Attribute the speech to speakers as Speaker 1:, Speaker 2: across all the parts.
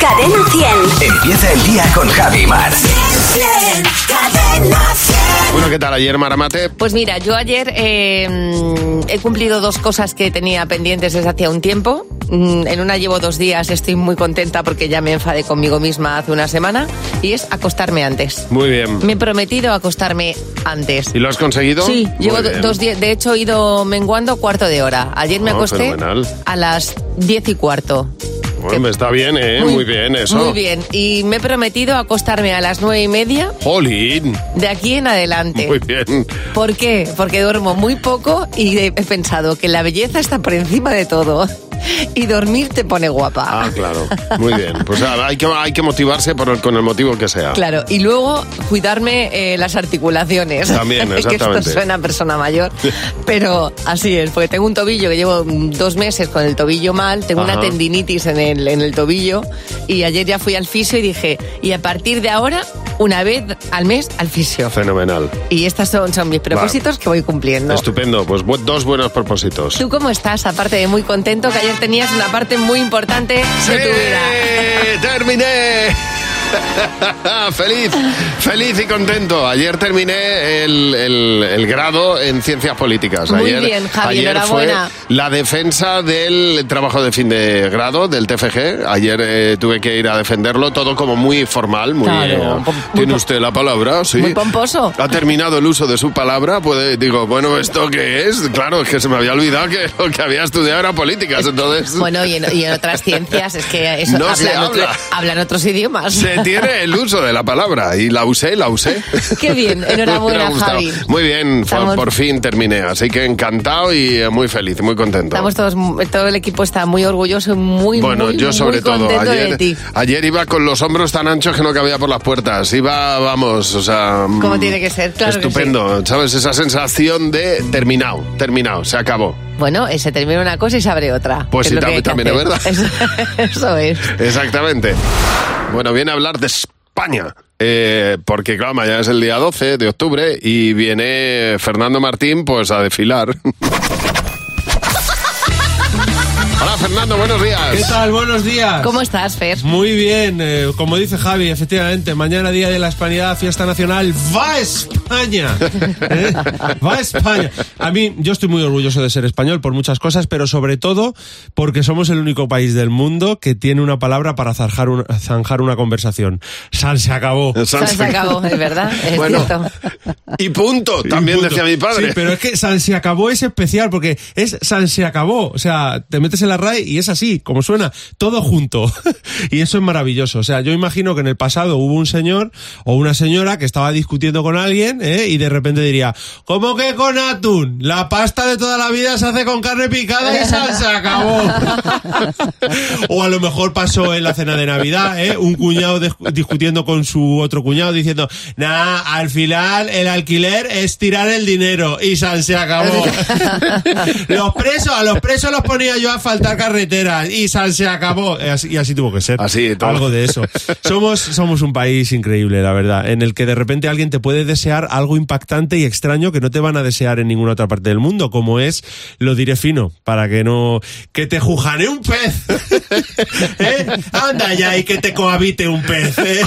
Speaker 1: Cadena 100.
Speaker 2: Empieza el día con Javi Mar.
Speaker 1: Cadena 100.
Speaker 3: Bueno, ¿qué tal ayer, Maramate?
Speaker 4: Pues mira, yo ayer eh, mm, he cumplido dos cosas que tenía pendientes desde hacía un tiempo. Mm, En una llevo dos días, estoy muy contenta porque ya me enfadé conmigo misma hace una semana y es acostarme antes.
Speaker 3: Muy bien.
Speaker 4: Me he prometido acostarme antes.
Speaker 3: Mm. ¿Y lo has conseguido?
Speaker 4: Sí,
Speaker 3: Muy
Speaker 4: llevo do-
Speaker 3: bien.
Speaker 4: dos días. De hecho, he ido menguando cuarto de hora. Ayer me
Speaker 3: Oh,
Speaker 4: acosté
Speaker 3: fenomenal.
Speaker 4: a las diez y cuarto.
Speaker 3: Bueno, está bien, ¿eh? Muy, bien eso.
Speaker 4: Muy bien. Y me he prometido acostarme a las nueve y media
Speaker 3: Jolín.
Speaker 4: de aquí en adelante.
Speaker 3: Muy bien.
Speaker 4: ¿Por qué? Porque duermo muy poco y he pensado que la belleza está por encima de todo. Y dormir te pone guapa.
Speaker 3: Ah, claro. Muy bien. Pues ah, hay que, hay que motivarse por el- con el motivo que sea.
Speaker 4: Claro, y luego cuidarme eh, las articulaciones.
Speaker 3: También,
Speaker 4: que
Speaker 3: exactamente.
Speaker 4: esto suena a persona mayor. Pero así es, porque tengo un tobillo que llevo mm, dos meses con el tobillo mal, tengo
Speaker 3: Ajá.
Speaker 4: una tendinitis en el, en el tobillo y ayer ya fui al fisio y dije, y a partir de ahora, una vez al mes, al fisio.
Speaker 3: Fenomenal.
Speaker 4: Y estas son, son mis propósitos que voy cumpliendo.
Speaker 3: Estupendo. Pues bu- dos buenos propósitos.
Speaker 4: ¿Tú cómo estás? Aparte de muy contento, que ayer tenías una parte muy importante de
Speaker 3: ¡Sí!
Speaker 4: tu vida.
Speaker 3: ¡Terminé! feliz, feliz y contento. Ayer terminé el, el- el grado en ciencias políticas.
Speaker 4: Muy
Speaker 3: Ayer,
Speaker 4: bien, Javi,
Speaker 3: ayer fue
Speaker 4: enhorabuena.
Speaker 3: la defensa del trabajo de fin de grado del TFG. Ayer eh, tuve que ir a defenderlo, todo como muy formal, muy.
Speaker 4: Claro,
Speaker 3: eh,
Speaker 4: pom- muy
Speaker 3: Tiene
Speaker 4: pom-
Speaker 3: usted la palabra, sí.
Speaker 4: Muy pomposo.
Speaker 3: Ha terminado el uso de su palabra, puede, digo, bueno, ¿esto qué es? Claro, es que se me había olvidado que lo que había estudiado era políticas, entonces...
Speaker 4: Bueno, y en, y en otras ciencias es que eso
Speaker 3: No
Speaker 4: hablan,
Speaker 3: se
Speaker 4: otro-
Speaker 3: habla.
Speaker 4: hablan otros idiomas.
Speaker 3: Se tiene el uso de la palabra y la usé, la usé.
Speaker 4: Qué bien, enhorabuena,
Speaker 3: Me ha gustado.
Speaker 4: Javi.
Speaker 3: Muy bien, fue-
Speaker 4: Estamos-
Speaker 3: por fin terminé, así que encantado y eh, muy feliz, muy contento.
Speaker 4: Estamos todos, todo el equipo está muy orgulloso y muy,
Speaker 3: bueno,
Speaker 4: muy,
Speaker 3: yo sobre
Speaker 4: muy
Speaker 3: todo
Speaker 4: contento de
Speaker 3: ayer,
Speaker 4: ti.
Speaker 3: ayer iba con los hombros tan anchos que no cabía por las puertas. Iba, vamos, o sea, mm,
Speaker 4: Como tiene que ser, claro que
Speaker 3: Estupendo, ¿sabes? Esa sensación de terminado, terminado, se acabó.
Speaker 4: Bueno, eh, se termina una cosa y se abre otra.
Speaker 3: Pues
Speaker 4: Es
Speaker 3: sí,
Speaker 4: lo que
Speaker 3: tam-
Speaker 4: hay que
Speaker 3: también es
Speaker 4: hacer. Eso, eso es.
Speaker 3: Exactamente. Bueno, viene a hablar de España. eh, porque, claro, mañana es el día 12 de octubre y viene Fernando Martín, pues, a desfilar. Hola, Fernando, buenos días.
Speaker 5: ¿Qué tal? Buenos días.
Speaker 4: ¿Cómo estás, Fer?
Speaker 5: Muy bien, eh, como dice Javi, efectivamente, mañana día de la Hispanidad, fiesta nacional, va España. ¿Eh? Va España. A mí, yo estoy muy orgulloso de ser español por muchas cosas, pero sobre todo porque somos el único país del mundo que tiene una palabra para zanjar, un- zanjar una conversación. San se acabó.
Speaker 4: Se se acabó, es verdad, es
Speaker 3: Bueno,
Speaker 4: cierto.
Speaker 3: y punto, también
Speaker 5: Punto.
Speaker 3: decía mi padre.
Speaker 5: Sí, pero es que San se acabó es especial porque es San se acabó. O sea, te metes en la RAE y es así, como suena, todo junto. y eso es maravilloso. O sea, yo imagino que en el pasado hubo un señor o una señora que estaba discutiendo con alguien ¿eh? y de repente diría, ¿cómo que con atún? La pasta de toda la vida se hace con carne picada y San se acabó. o a lo mejor pasó en la cena de Navidad, ¿eh? un cuñado dis- discutiendo con su otro cuñado diciendo, nah, al final el alquiler es tirar el dinero y San se acabó. los presos, a los presos los ponía yo a faltar carreteras y San se acabó. Eh, así- Y así tuvo que ser.
Speaker 3: Así, todo.
Speaker 5: Algo de eso. Somos, somos un país increíble, la verdad, en el que de repente alguien te puede desear algo impactante y extraño que no te van a desear en ninguna otra parte del mundo, como es, lo diré fino, para que no... Que te jujaré un pez. ¿Eh? Anda ya y que te cohabite un pez. ¿eh?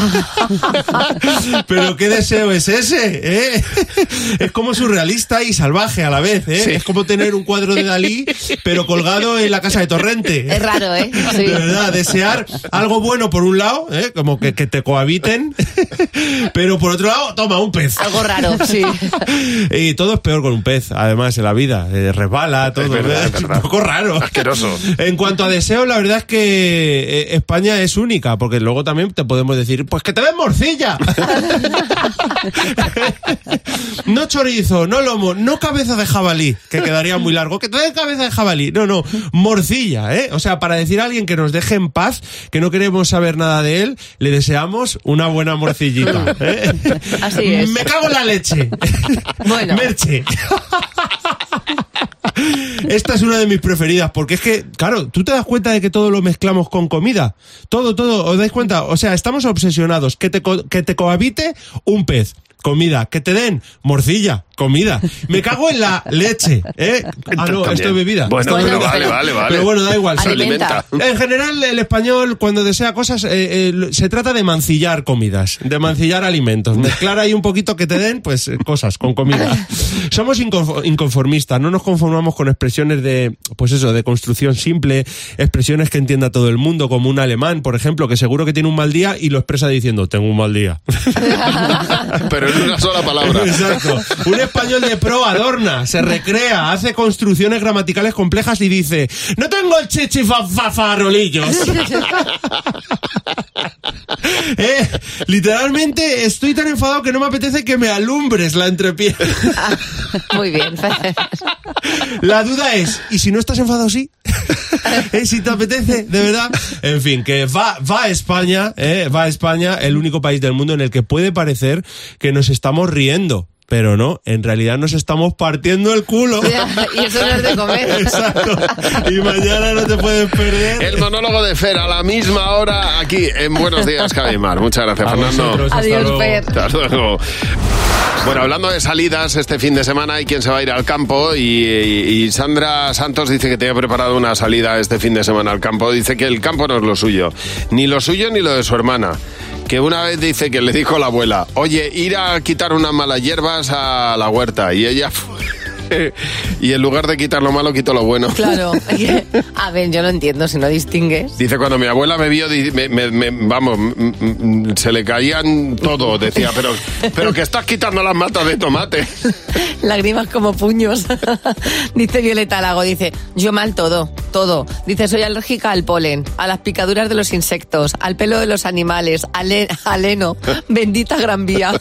Speaker 5: Pero qué deseo es ese, ¿eh? Es como surrealista y salvaje a la vez, ¿eh? Es como tener un cuadro de Dalí, pero colgado en la casa de Torrente.
Speaker 4: Es raro, ¿eh? Sí.
Speaker 5: De verdad, desear algo bueno por un lado, ¿eh? como que, que te cohabiten, pero por otro lado, toma un pez.
Speaker 4: Algo raro, sí.
Speaker 5: Y todo es peor con un pez, además, en la vida. Eh, resbala, todo.
Speaker 3: Es verdad,
Speaker 5: ¿verdad?
Speaker 3: es verdad.
Speaker 5: un poco raro.
Speaker 3: Asqueroso.
Speaker 5: En cuanto a deseos, la verdad es que eh, España es única, porque luego también te podemos decir, pues que te ves morcilla. no chorizo, no lomo, no cabeza de jabalí, que quedaría muy largo, que te den cabeza de jabalí, no, no, morcilla, ¿eh? O sea, para decir a alguien que nos deje en paz, que no queremos saber nada de él, le deseamos una buena morcillita. ¿eh?
Speaker 4: Así es.
Speaker 5: Me cago en la leche.
Speaker 4: Bueno.
Speaker 5: Merche. Esta es una de mis preferidas, porque es que, claro, tú te das cuenta de que todo lo mezclamos con comida. Todo, todo, ¿os dais cuenta? O sea, estamos obsesionados. Que te, co- que te cohabite un pez. comida. Que te den morcilla, comida. Me cago en la leche, ¿eh? Ah, no,
Speaker 3: También.
Speaker 5: esto es bebida.
Speaker 3: Bueno,
Speaker 5: Esto es
Speaker 3: pero
Speaker 5: bebida.
Speaker 3: vale, vale, vale.
Speaker 5: Pero bueno, da igual. se
Speaker 4: Alimenta.
Speaker 5: alimenta. En general, el español, cuando desea cosas, eh, eh, lo- se trata de mancillar comidas, de mancillar alimentos. Mezclar ahí un poquito que te den, pues, eh, cosas con comida. Somos inconfo- inconformistas, no nos conformamos con expresiones de, pues eso, de construcción simple, expresiones que entienda todo el mundo, como un alemán, por ejemplo, que seguro que tiene un mal día y lo expresa diciendo, tengo un mal día.
Speaker 3: Pero en una sola palabra.
Speaker 5: Exacto. Un español de pro adorna, se recrea, hace construcciones gramaticales complejas y dice: No tengo el chichi fa- fa- farolillos. Eh, Literalmente estoy tan enfadado que no me apetece que me alumbres la entrepié.
Speaker 4: Ah, muy bien.
Speaker 5: La duda es: ¿y si no estás enfadado, sí? Eh, si te apetece, de verdad. En fin, que va, va a España, eh, va a España, el único país del mundo en el que puede parecer que nos estamos riendo. Pero no, en realidad nos estamos partiendo el culo.
Speaker 4: y eso no es de comer.
Speaker 5: Exacto. Y mañana no te puedes perder.
Speaker 3: El monólogo de Fer a la misma hora aquí en Buenos Días, Javi Mar. Muchas gracias,
Speaker 5: A
Speaker 3: Fernando.
Speaker 5: vosotros, Pues hasta
Speaker 4: Adiós,
Speaker 5: luego.
Speaker 4: Fer.
Speaker 3: Hasta luego. Bueno, hablando de salidas, este fin de semana hay quien se va a ir al campo y, y- y Sandra Santos dice que tenía preparado una salida este fin de semana al campo. Dice que el campo no es lo suyo, ni lo suyo ni lo de su hermana. Que una vez dice que le dijo la abuela, oye, ir a quitar unas malas hierbas a la huerta. Y ella fue. y en lugar de quitar lo malo, quitó lo bueno.
Speaker 4: Claro. A ver, yo no entiendo si no distingues.
Speaker 3: Dice, cuando mi abuela me vio, di- me- me- me- vamos, m- m- se le caían todo. Decía, pero, pero que estás quitando las matas de tomate.
Speaker 4: Lágrimas como puños. dice Violeta Lago, dice, yo mal todo, todo. Dice, soy alérgica al polen, a las picaduras de los insectos, al pelo de los animales, al, e- al heno. Bendita Gran Vía.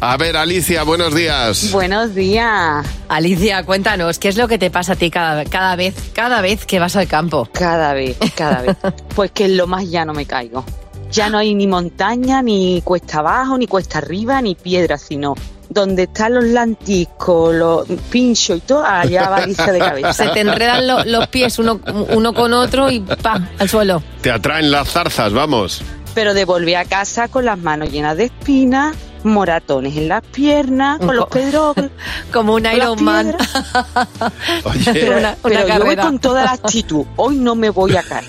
Speaker 3: A ver, Alicia, buenos días.
Speaker 1: Buenos días.
Speaker 4: Alicia, cuéntanos, ¿qué es lo que te pasa a ti cada, cada vez, cada vez que vas al campo?
Speaker 1: Cada vez, cada vez. Pues que en lo más ya no me caigo. Ya no hay ni montaña, ni cuesta abajo, ni cuesta arriba, ni piedra, sino donde están los lantiscos, los pinchos y todo, allá va irse de
Speaker 4: Se
Speaker 1: cabeza.
Speaker 4: te enredan lo- los pies uno, uno con otro y pa, al suelo.
Speaker 3: Te atraen las zarzas, vamos.
Speaker 1: Pero de volver a casa con las manos llenas de espinas, moratones en las piernas, con los pedrogros.
Speaker 4: Como un
Speaker 1: Las
Speaker 4: Iron Man.
Speaker 1: Pero,
Speaker 3: Oye,
Speaker 4: Una-
Speaker 1: pero
Speaker 4: una
Speaker 1: yo voy
Speaker 4: carrera.
Speaker 1: con toda la actitud. Hoy no me voy a caer.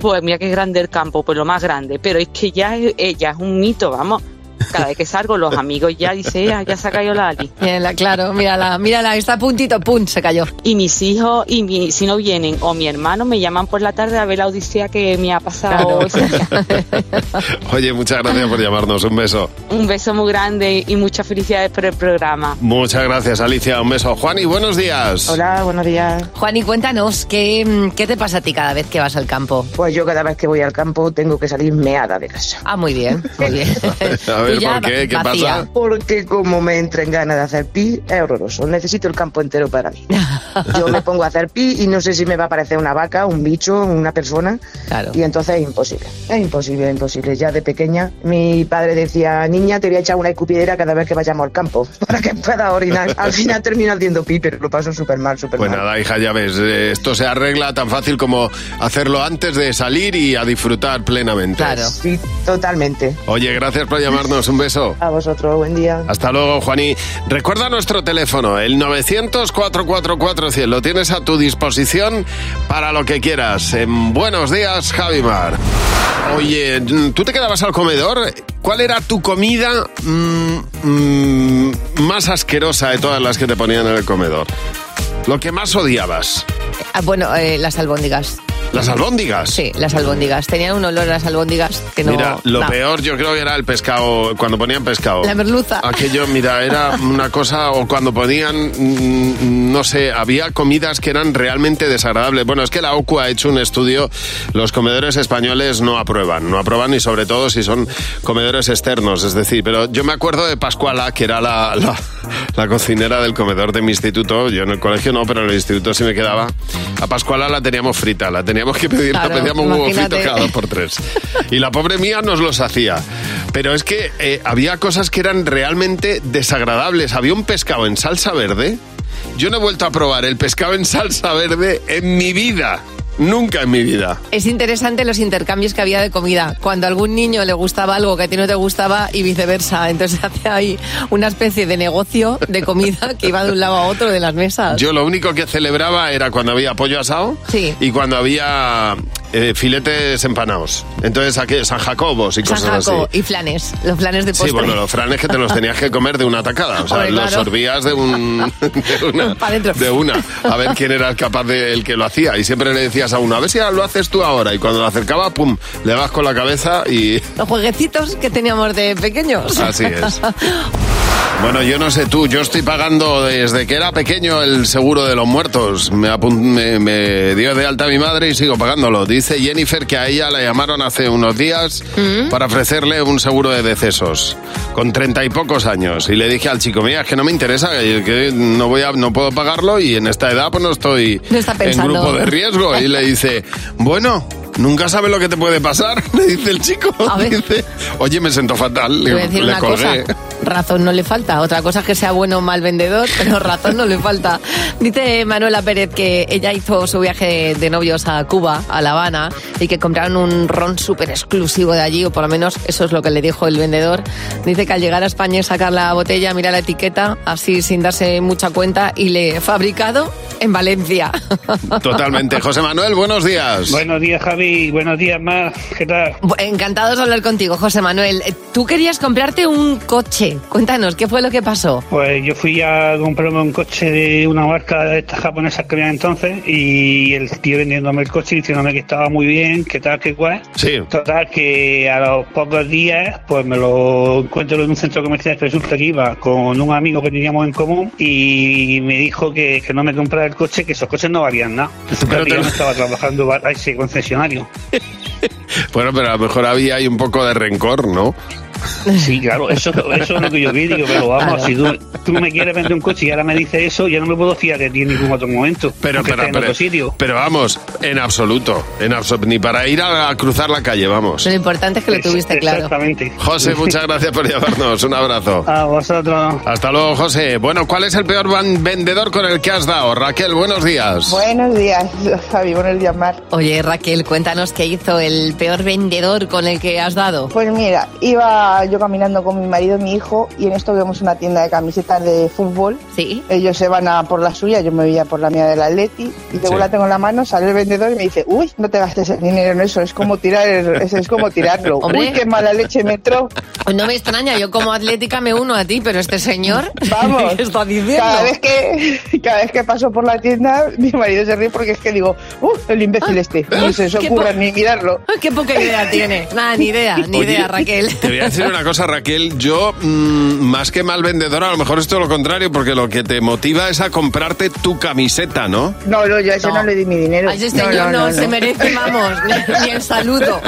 Speaker 1: Pues mira qué grande el campo, pues lo más grande. Pero es que ya, es- eh, ya es un mito, vamos. Cada vez que salgo, los amigos ya dicen, "Ah, ya se ha caído la Ali.
Speaker 4: Mírala, claro, mírala, mírala, está a puntito, pum, se cayó.
Speaker 1: Y mis hijos, y mi- si no vienen, o mi hermano, me llaman por la tarde a ver la odisea que me ha pasado.
Speaker 4: Claro.
Speaker 1: ese día.
Speaker 3: oye, muchas gracias por llamarnos. Un beso.
Speaker 1: Un beso muy grande y muchas felicidades por el programa.
Speaker 3: Muchas gracias, Alicia. Un beso. Juan, y buenos días.
Speaker 6: Hola, buenos días.
Speaker 4: Juan, y cuéntanos, ¿qué, mm, ¿qué te pasa a ti cada vez que vas al campo?
Speaker 6: Pues yo cada vez que voy al campo tengo que salir meada de casa.
Speaker 4: Ah, muy bien, muy bien.
Speaker 3: A ver,
Speaker 4: Tú ya
Speaker 3: ¿por qué? ¿Qué
Speaker 4: vacía.
Speaker 6: Porque como me entren ganas de hacer pi, es horroroso. Necesito el campo entero para mí. Yo me pongo a hacer pi y no sé si me va a parecer una vaca, un bicho, una persona.
Speaker 4: Claro.
Speaker 6: Y entonces es imposible. Es imposible, imposible. Ya de pequeña mi padre decía, niña, te voy a echar una escupidera cada vez que vayamos al campo para que pueda orinar. Al final termino haciendo pi, pero lo paso súper mal, súper
Speaker 3: Pues
Speaker 6: mal.
Speaker 3: nada, hija, ya ves, eh, esto se arregla tan fácil como hacerlo antes de salir y a disfrutar plenamente.
Speaker 4: Claro.
Speaker 6: Sí, totalmente.
Speaker 3: Oye, gracias por llamarnos. Un beso.
Speaker 6: A vosotros, buen día.
Speaker 3: Hasta luego, Juaní. Recuerda nuestro teléfono, el 900-444-100. Lo tienes a tu disposición para lo que quieras. En Buenos Días, Javimar. Oye, tú te quedabas al comedor. ¿Cuál era tu comida mm, mm, más asquerosa de todas las que te ponían en el comedor? Lo que más odiabas.
Speaker 4: Ah, bueno, eh, las albóndigas.
Speaker 3: Las albóndigas.
Speaker 4: Sí, las albóndigas. Tenían un olor a las albóndigas que no...
Speaker 3: Mira, lo
Speaker 4: no.
Speaker 3: peor yo creo que era el pescado, cuando ponían pescado.
Speaker 4: La merluza.
Speaker 3: Aquello, mira, era una cosa, o cuando ponían, mm, no sé, había comidas que eran realmente desagradables. Bueno, es que la OCU ha hecho un estudio, los comedores españoles no aprueban, no aprueban y sobre todo si son comedores externos, es decir, pero yo me acuerdo de Pascuala, que era la, la, la cocinera del comedor de mi instituto, yo en el colegio no, pero en el instituto sí me quedaba. A Pascuala la teníamos frita, la teníamos que pedir,
Speaker 4: Claro,
Speaker 3: la pedíamos un huevo frito
Speaker 4: imagínate.
Speaker 3: cada dos por tres. Y la pobre mía nos los hacía. Pero es que eh, había cosas que eran realmente desagradables. Había un pescado en salsa verde. Yo no he vuelto a probar el pescado en salsa verde en mi vida. nunca en mi vida.
Speaker 4: Es interesante los intercambios que había de comida. Cuando a algún niño le gustaba algo que a ti no te gustaba y viceversa. Entonces hacía ahí una especie de negocio de comida que iba de un lado a otro de las mesas.
Speaker 3: Yo lo único que celebraba era cuando había pollo asado
Speaker 4: Sí.
Speaker 3: y cuando había eh, filetes empanados. Entonces, aquí, San Jacobos y
Speaker 4: San
Speaker 3: cosas
Speaker 4: Jaco
Speaker 3: así.
Speaker 4: y flanes. Los flanes de postre.
Speaker 3: Sí, bueno, los franes que te los tenías que comer de una tacada. O sea,
Speaker 4: Hombre,
Speaker 3: los
Speaker 4: claro.
Speaker 3: sorbías de, un, de, una,
Speaker 4: Pa' dentro.
Speaker 3: de una. A ver quién era el capaz de el que lo hacía. Y siempre le decías a uno, a ver si lo haces tú ahora. Y cuando lo acercaba, pum, le vas con la cabeza y
Speaker 4: Los jueguecitos que teníamos de pequeños.
Speaker 3: Así es. Bueno, yo no sé tú, yo estoy pagando desde que era pequeño el seguro de los muertos. Me, apun- me- me dio de alta mi madre y sigo pagándolo. Dice Jennifer que a ella la llamaron hace unos días
Speaker 4: Mm.
Speaker 3: para ofrecerle un seguro de decesos, con treinta y pocos años. Y le dije al chico, mira, es que no me interesa, que que no, voy a, no puedo pagarlo y en esta edad pues no estoy
Speaker 4: No está
Speaker 3: en
Speaker 4: pensando.
Speaker 3: grupo de riesgo. Y le dice, bueno... Nunca sabe lo que te puede pasar, le dice el chico.
Speaker 4: A ver.
Speaker 3: Dice, oye, me sentó
Speaker 4: Te
Speaker 3: fatal. Le,
Speaker 4: voy a decir
Speaker 3: le
Speaker 4: una
Speaker 3: colgué.
Speaker 4: cosa. Razón no le falta. Otra cosa es que sea bueno o mal vendedor, pero razón no le falta. Dice Manuela Pérez que ella hizo su viaje de novios a Cuba, a La Habana, y que compraron un ron súper exclusivo de allí, o por lo menos eso es lo que le dijo el vendedor. Dice que al llegar a España y sacar la botella, mira la etiqueta, así sin darse mucha cuenta, y le fabricado en Valencia.
Speaker 3: Totalmente. José Manuel, buenos días.
Speaker 7: Buenos días, Javi. Buenos días, Mar. ¿Qué tal?
Speaker 4: Encantados de hablar contigo, José Manuel. Eh, Tú querías comprarte un coche. Cuéntanos, ¿qué fue lo que pasó?
Speaker 7: Pues yo fui a comprarme un coche de una marca de estas japonesas que había entonces y el tío vendiéndome el coche diciéndome que estaba muy bien, que tal, que cual.
Speaker 3: Sí.
Speaker 7: Total, que a los pocos días pues me lo encuentro en un centro comercial que resulta que iba con un amigo que teníamos en común y me dijo que, que no me comprara el coche, que esos coches no valían nada. Resulta
Speaker 3: Pero
Speaker 7: que
Speaker 3: te-
Speaker 7: yo no estaba trabajando para ese concesionario.
Speaker 3: Bueno, pero a lo mejor había ahí un poco de rencor, ¿no?
Speaker 7: Sí, claro, eso, eso es lo que yo vi, digo, pero vamos, si tú, tú me quieres vender un coche y ahora me dices eso, yo no me puedo fiar de ti en ningún otro momento.
Speaker 3: Pero,
Speaker 7: aunque
Speaker 3: pero,
Speaker 7: estés en
Speaker 3: pero-
Speaker 7: otro sitio.
Speaker 3: pero vamos, en absoluto, en abso- ni para ir a, a cruzar la calle, vamos.
Speaker 4: Lo importante es que lo tuviste claro.
Speaker 7: Exactamente.
Speaker 3: José, muchas gracias por llamarnos. Un abrazo.
Speaker 7: A vosotros.
Speaker 3: Hasta luego, José. Bueno, ¿cuál es el peor van- vendedor con el que has dado? Raquel, buenos días.
Speaker 8: Buenos días, Javi, buenos días, Mar.
Speaker 4: Oye, Raquel, cuéntanos qué hizo el peor vendedor con el que has dado.
Speaker 8: Pues mira, iba yo caminando con mi marido y mi hijo y en esto vemos una tienda de camisetas de fútbol.
Speaker 4: Sí.
Speaker 8: Ellos se van a por la suya, yo me voy a por la mía del Atleti y luego
Speaker 3: Sí.
Speaker 8: la tengo en la mano, sale el vendedor y me dice, uy, no te gastes el dinero en eso, es como tirar, el- es, es como tirarlo.
Speaker 4: Hombre.
Speaker 8: Uy, qué mala leche me entró.
Speaker 4: No me extraña, yo como atlética me uno a ti, pero este señor.
Speaker 8: Vamos.
Speaker 4: ¿Qué está diciendo?
Speaker 8: Cada vez que cada vez que paso por la tienda, mi marido se ríe porque es que digo, uh, el imbécil este, ni se se
Speaker 4: Ah. qué
Speaker 8: ocurra
Speaker 4: po-
Speaker 8: ni mirarlo.
Speaker 4: Ay, Qué poca idea tiene. Nada, ni idea, ni
Speaker 3: Oye,
Speaker 4: idea, Raquel.
Speaker 3: Te voy a decir una cosa, Raquel. Yo, mm, más que mal vendedor, a lo mejor esto es lo contrario, porque lo que te motiva es a comprarte tu camiseta, ¿no?
Speaker 8: No, no, yo a ese
Speaker 4: No.
Speaker 8: no, le di mi dinero.
Speaker 4: A ese señor no, se merece, vamos, ni, ni el saludo.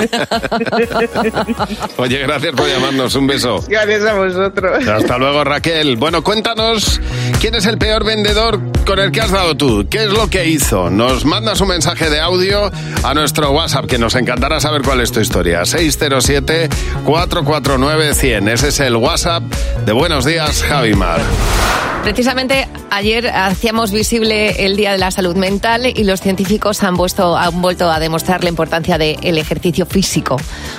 Speaker 3: Oye, gracias por llamarnos. Un beso.
Speaker 8: Gracias a vosotros.
Speaker 3: Hasta luego, Raquel. Bueno, cuéntanos quién es el peor vendedor con el que has dado tú. ¿Qué es lo que hizo? Nos mandas un mensaje de audio a nuestro WhatsApp, que nos encantará saber cuál es tu historia. 607-449-100. Ese es el WhatsApp de Buenos Días, Javimar.
Speaker 4: Precisamente ayer hacíamos visible el Día de la Salud Mental y los científicos han, puesto- han vuelto a demostrar la importancia del ejercicio físico,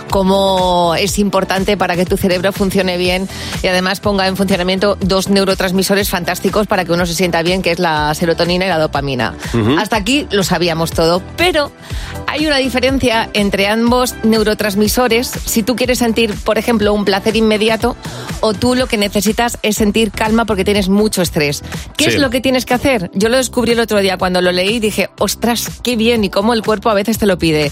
Speaker 4: cómo es importante para que tu cerebro funcione bien y además ponga en funcionamiento dos neurotransmisores fantásticos para que uno se sienta bien, que es la serotonina y la dopamina. Hasta aquí lo sabíamos todo, pero hay una diferencia entre ambos neurotransmisores si tú quieres sentir, por ejemplo, un placer inmediato o tú lo que necesitas es sentir calma porque tienes mucho estrés. ¿Qué
Speaker 3: Sí.
Speaker 4: es lo que tienes que hacer? Yo lo descubrí el otro día cuando lo leí y dije, ostras, qué bien y cómo el cuerpo a veces te lo pide.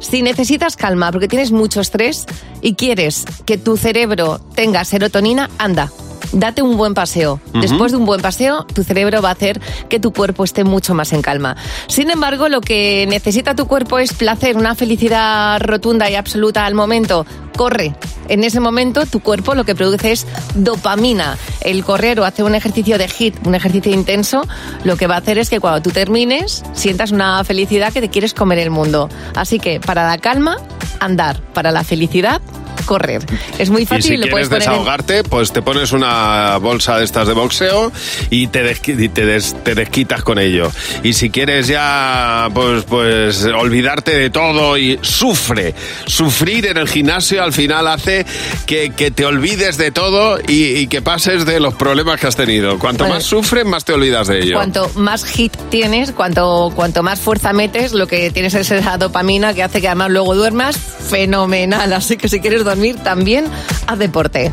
Speaker 4: Si necesitas calma porque tienes mucho estrés y quieres que tu cerebro tenga serotonina, anda. Date un buen paseo. Después de un buen paseo, tu cerebro va a hacer que tu cuerpo esté mucho más en calma. Sin embargo, lo que necesita tu cuerpo es placer, una felicidad rotunda y absoluta al momento. Corre. En ese momento, tu cuerpo lo que produce es dopamina. El correr o hacer un ejercicio de HIT, un ejercicio intenso, lo que va a hacer es que cuando tú termines, sientas una felicidad que te quieres comer el mundo. Así que, para la calma, andar. Para la felicidad, correr. Es muy
Speaker 3: Y
Speaker 4: fácil,
Speaker 3: si
Speaker 4: lo puedes
Speaker 3: quieres
Speaker 4: poner en-
Speaker 3: desahogarte, pues te pones una bolsa de estas de boxeo y te, desqui- y te, des- te desquitas con ello. Y si quieres ya, pues, pues olvidarte de todo y sufre. Sufrir en el gimnasio al final hace que, que te olvides de todo y, y que pases de los problemas que has tenido. Cuanto
Speaker 4: Vale.
Speaker 3: más sufres, más te olvidas de ello.
Speaker 4: Cuanto más hit tienes, cuanto, cuanto más fuerza metes, lo que tienes es esa dopamina que hace que además luego duermas fenomenal. Así que si quieres dormir también, haz deporte.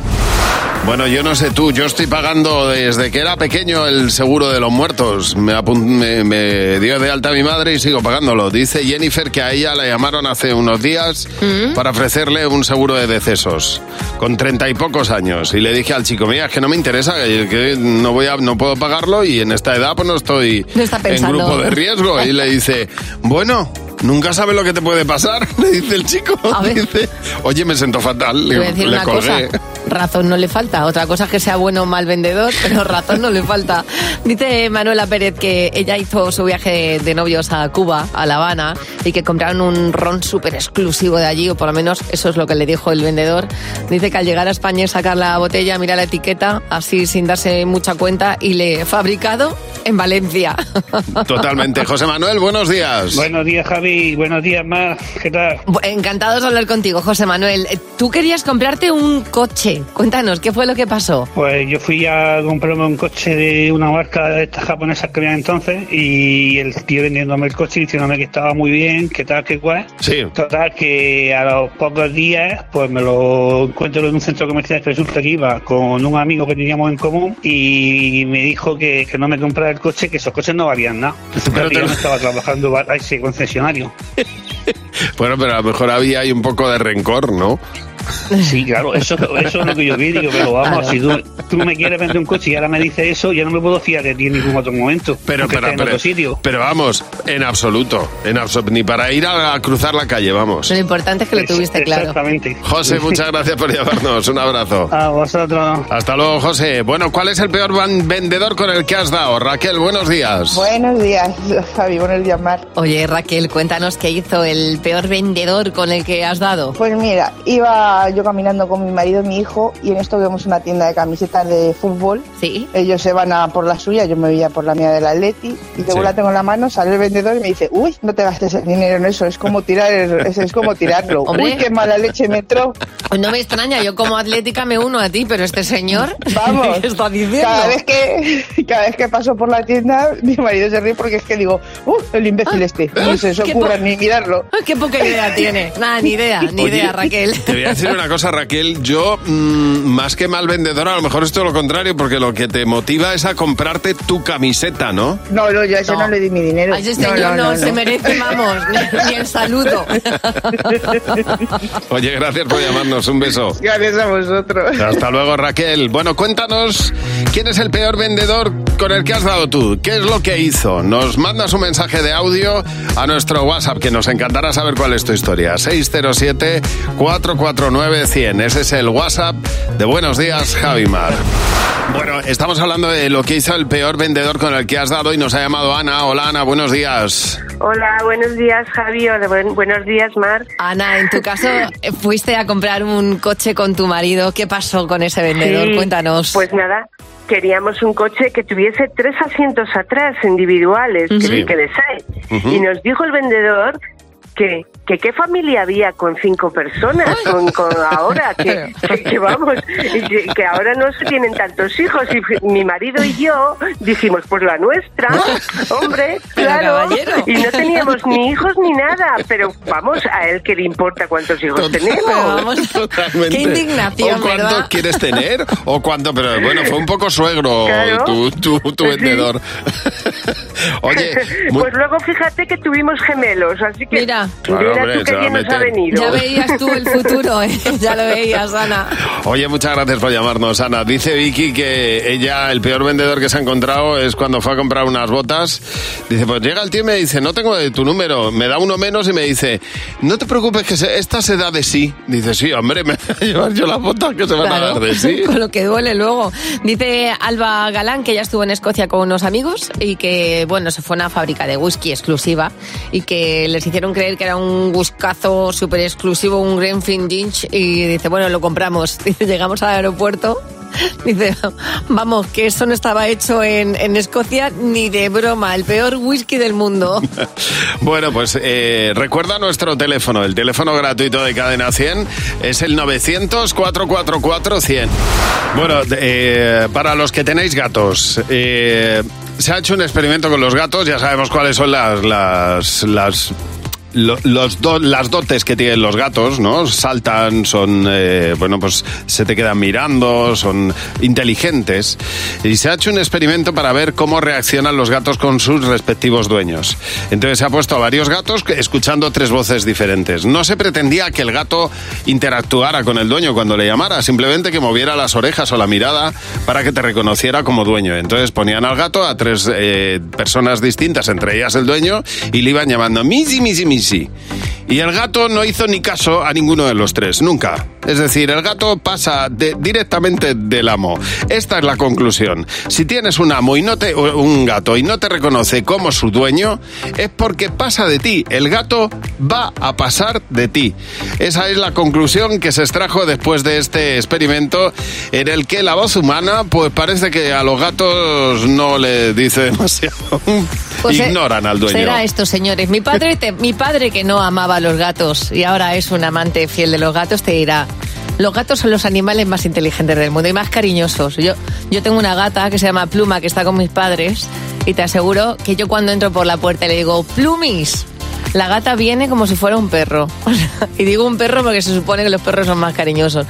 Speaker 3: Bueno, yo no sé tú, yo estoy pagando desde que era pequeño el seguro de los muertos. Me, apun- me- me dio de alta mi madre y sigo pagándolo. Dice Jennifer que a ella la llamaron hace unos días
Speaker 4: Mm.
Speaker 3: para ofrecerle un seguro de decesos, con treinta y pocos años. Y le dije al chico, mira, es que no me interesa, que, que no, voy a, no puedo pagarlo y en esta edad pues no estoy
Speaker 4: No está
Speaker 3: en
Speaker 4: pensando.
Speaker 3: grupo de riesgo. Y le dice, bueno... Nunca sabe lo que te puede pasar, le dice el chico.
Speaker 4: A ver.
Speaker 3: Dice, Oye, me siento fatal.
Speaker 4: Te voy a
Speaker 3: Le,
Speaker 4: decir
Speaker 3: le
Speaker 4: una
Speaker 3: colgué.
Speaker 4: cosa. Razón no le falta. Otra cosa es que sea bueno o mal vendedor, pero razón no le falta. Dice Manuela Pérez que ella hizo su viaje de novios a Cuba, a La Habana, y que compraron un ron súper exclusivo de allí, o por lo menos eso es lo que le dijo el vendedor. Dice que al llegar a España y sacar la botella, mira la etiqueta, así sin darse mucha cuenta, y le fabricado en Valencia.
Speaker 3: Totalmente. José Manuel, buenos días.
Speaker 7: Buenos días, Javi. Buenos días, Mar. ¿Qué tal?
Speaker 4: Encantados de hablar contigo, José Manuel. Eh, Tú querías comprarte un coche. Cuéntanos, ¿qué fue lo que pasó?
Speaker 7: Pues yo fui a comprarme un coche de una marca de estas japonesas que había entonces y el tío vendiéndome el coche y diciéndome que estaba muy bien, que tal, que cual.
Speaker 3: Sí.
Speaker 7: Total, que a los pocos días pues me lo encuentro en un centro comercial que resulta que iba con un amigo que teníamos en común y me dijo que, que no me comprara el coche, que esos coches no valían nada. Pero
Speaker 3: te-
Speaker 7: yo no estaba trabajando para ese concesionario.
Speaker 3: Bueno, pero a lo mejor había ahí un poco de rencor, ¿no?
Speaker 7: Sí, claro, eso, eso es lo que yo vi, digo, pero vamos,
Speaker 4: Claro.
Speaker 7: si tú, tú me quieres vender un coche y ahora me dices eso, ya no me puedo fiar de ti en ningún otro momento.
Speaker 3: Pero,
Speaker 7: aunque
Speaker 3: pero,
Speaker 7: esté en
Speaker 3: pero,
Speaker 7: otro sitio.
Speaker 3: pero vamos, en absoluto, en abso- ni para ir a, a cruzar la calle, vamos.
Speaker 4: Lo importante es que lo tuviste claro.
Speaker 7: Exactamente.
Speaker 3: José, muchas gracias por llamarnos, un abrazo.
Speaker 7: A vosotros.
Speaker 3: Hasta luego, José. Bueno, ¿cuál es el peor van- vendedor con el que has dado? Raquel, buenos días.
Speaker 8: Buenos días, Javi, buenos días, Mar.
Speaker 4: Oye, Raquel, cuéntanos qué hizo el peor vendedor con el que has dado.
Speaker 8: Pues mira, iba yo caminando con mi marido y mi hijo y en esto vemos una tienda de camisetas de fútbol.
Speaker 4: Sí.
Speaker 8: Ellos se van a por la suya, yo me voy a por la mía del Atleti y luego
Speaker 3: Sí.
Speaker 8: la tengo en la mano, sale el vendedor y me dice, uy, no te gastes el dinero en eso, es como tirar, el- es, es como tirarlo.
Speaker 4: Hombre.
Speaker 8: Uy, qué mala leche me entró.
Speaker 4: No me extraña, yo como atlética me uno a ti, pero este señor.
Speaker 8: Vamos.
Speaker 4: ¿Qué está diciendo?
Speaker 8: Cada vez que cada vez que paso por la tienda, mi marido se ríe porque es que digo, uh, el imbécil este, no se les
Speaker 4: Ah, qué
Speaker 8: ocurra
Speaker 4: po-
Speaker 8: ni mirarlo.
Speaker 4: Ay, Qué poca idea tiene. Nada, ni idea, ni
Speaker 3: Oye,
Speaker 4: idea, Raquel.
Speaker 3: Te voy a decir una cosa, Raquel. Yo, mm, más que mal vendedor, a lo mejor esto es lo contrario, porque lo que te motiva es a comprarte tu camiseta, ¿no?
Speaker 8: No, no, yo a ese
Speaker 4: No.
Speaker 8: no, le di mi dinero.
Speaker 4: A ese señor no, se merece, vamos, ni, ni el saludo.
Speaker 3: Oye, gracias por llamarnos. Un beso.
Speaker 8: Gracias a vosotros.
Speaker 3: Hasta luego, Raquel. Bueno, cuéntanos quién es el peor vendedor con el que has dado tú. ¿Qué es lo que hizo? Nos mandas un mensaje de audio a nuestro WhatsApp, que nos encantará saber cuál es tu historia. 607-449-100. Ese es el WhatsApp de Buenos Días, Javimar. Bueno, estamos hablando de lo que hizo el peor vendedor con el que has dado y nos ha llamado Ana. Hola, Ana, buenos días.
Speaker 9: Hola, buenos días Javi, Hola, buen- buenos días Mar.
Speaker 4: Ana, en tu caso, eh, fuiste a comprar un coche con tu marido. ¿Qué pasó con ese vendedor?
Speaker 9: Sí,
Speaker 4: Cuéntanos.
Speaker 9: Pues nada, queríamos un coche que tuviese tres asientos atrás individuales, que,
Speaker 3: Sí.
Speaker 9: que les hay.
Speaker 3: Ujú.
Speaker 9: Y nos dijo el vendedor que que qué familia había con cinco personas con, con ahora que, que- que vamos y que, que ahora no se tienen tantos hijos y mi marido y yo dijimos pues la nuestra hombre
Speaker 4: Pero
Speaker 9: claro
Speaker 4: caballero.
Speaker 9: y no teníamos ni hijos ni nada pero vamos a él que le importa cuántos hijos tenemos
Speaker 4: Pero vamos,
Speaker 3: Totalmente.
Speaker 4: qué indignación,
Speaker 3: ¿O cuánto
Speaker 4: ¿verdad?
Speaker 3: quieres tener? ¿O cuánto? Pero bueno, fue un poco suegro
Speaker 9: Claro.
Speaker 3: tu, tu, tu
Speaker 9: Sí.
Speaker 3: vendedor. Oye, mu-
Speaker 9: Pues luego fíjate que tuvimos gemelos, así que
Speaker 4: Mira.
Speaker 3: Claro, hombre,
Speaker 9: tú que
Speaker 3: se va a
Speaker 9: bien nos ha
Speaker 3: meter.
Speaker 9: venido.
Speaker 4: Ya veías tú el futuro, ¿eh? ya lo veías, Ana.
Speaker 3: oye, muchas gracias por llamarnos, Ana. Dice Vicky que ella, el peor vendedor que se ha encontrado es cuando fue a comprar unas botas. Dice, pues llega el tío y me dice, no tengo de tu número. Me da uno menos y me dice, no te preocupes que se- esta se da de sí. Dice, sí, hombre, me voy a llevar yo las botas que se van a dar
Speaker 4: Claro,
Speaker 3: de sí.
Speaker 4: Con lo que duele luego. Dice Alba Galán que ya estuvo en Escocia con unos amigos y que que, bueno, se fue a una fábrica de whisky exclusiva y que les hicieron creer que era un buscazo súper exclusivo, un Grenfell Ginch, y dice, bueno, lo compramos. Dice, llegamos al aeropuerto. Dice, vamos, que eso no estaba hecho en, en Escocia ni de broma, el peor whisky del mundo.
Speaker 3: Bueno, pues eh, recuerda nuestro teléfono, el teléfono gratuito de Cadena 100 es el 900-444-100. Bueno, eh, para los que tenéis gatos, eh, se ha hecho un experimento con los gatos, ya sabemos cuáles son las... las, las lo- los do- las dotes que tienen los gatos, ¿no? Saltan, son, eh, bueno, pues se te quedan mirando, son inteligentes. Y se ha hecho un experimento para ver cómo reaccionan los gatos con sus respectivos dueños. Entonces se ha puesto a varios gatos que- escuchando tres voces diferentes. No se pretendía que el gato interactuara con el dueño cuando le llamara, simplemente que moviera las orejas o la mirada para que te reconociera como dueño. Entonces ponían al gato a tres eh, personas distintas, entre ellas el dueño, y le iban llamando Missy, Missy, Missy. Y el gato no hizo ni caso a ninguno de los tres, nunca. Es decir, el gato pasa de- directamente del amo. Esta es la conclusión. Si tienes un amo y no te, o un gato y no te reconoce como su dueño, es porque pasa de ti. El gato va a pasar de ti. Esa es la conclusión que se extrajo después de este experimento en el que la voz humana, pues parece que a los gatos no le dice demasiado.
Speaker 4: Pues, eh,
Speaker 3: Ignoran al dueño.
Speaker 4: Será esto, señores. Mi padre, te- mi padre que no amaba a los gatos y ahora es un amante fiel de los gatos, te dirá. Los gatos son los animales más inteligentes del mundo y más cariñosos. Yo, yo tengo una gata que se llama Pluma, que está con mis padres, y te aseguro que yo cuando entro por la puerta le digo, Plumis, la gata viene como si fuera un perro. O sea, y digo un perro porque se supone que los perros son más cariñosos.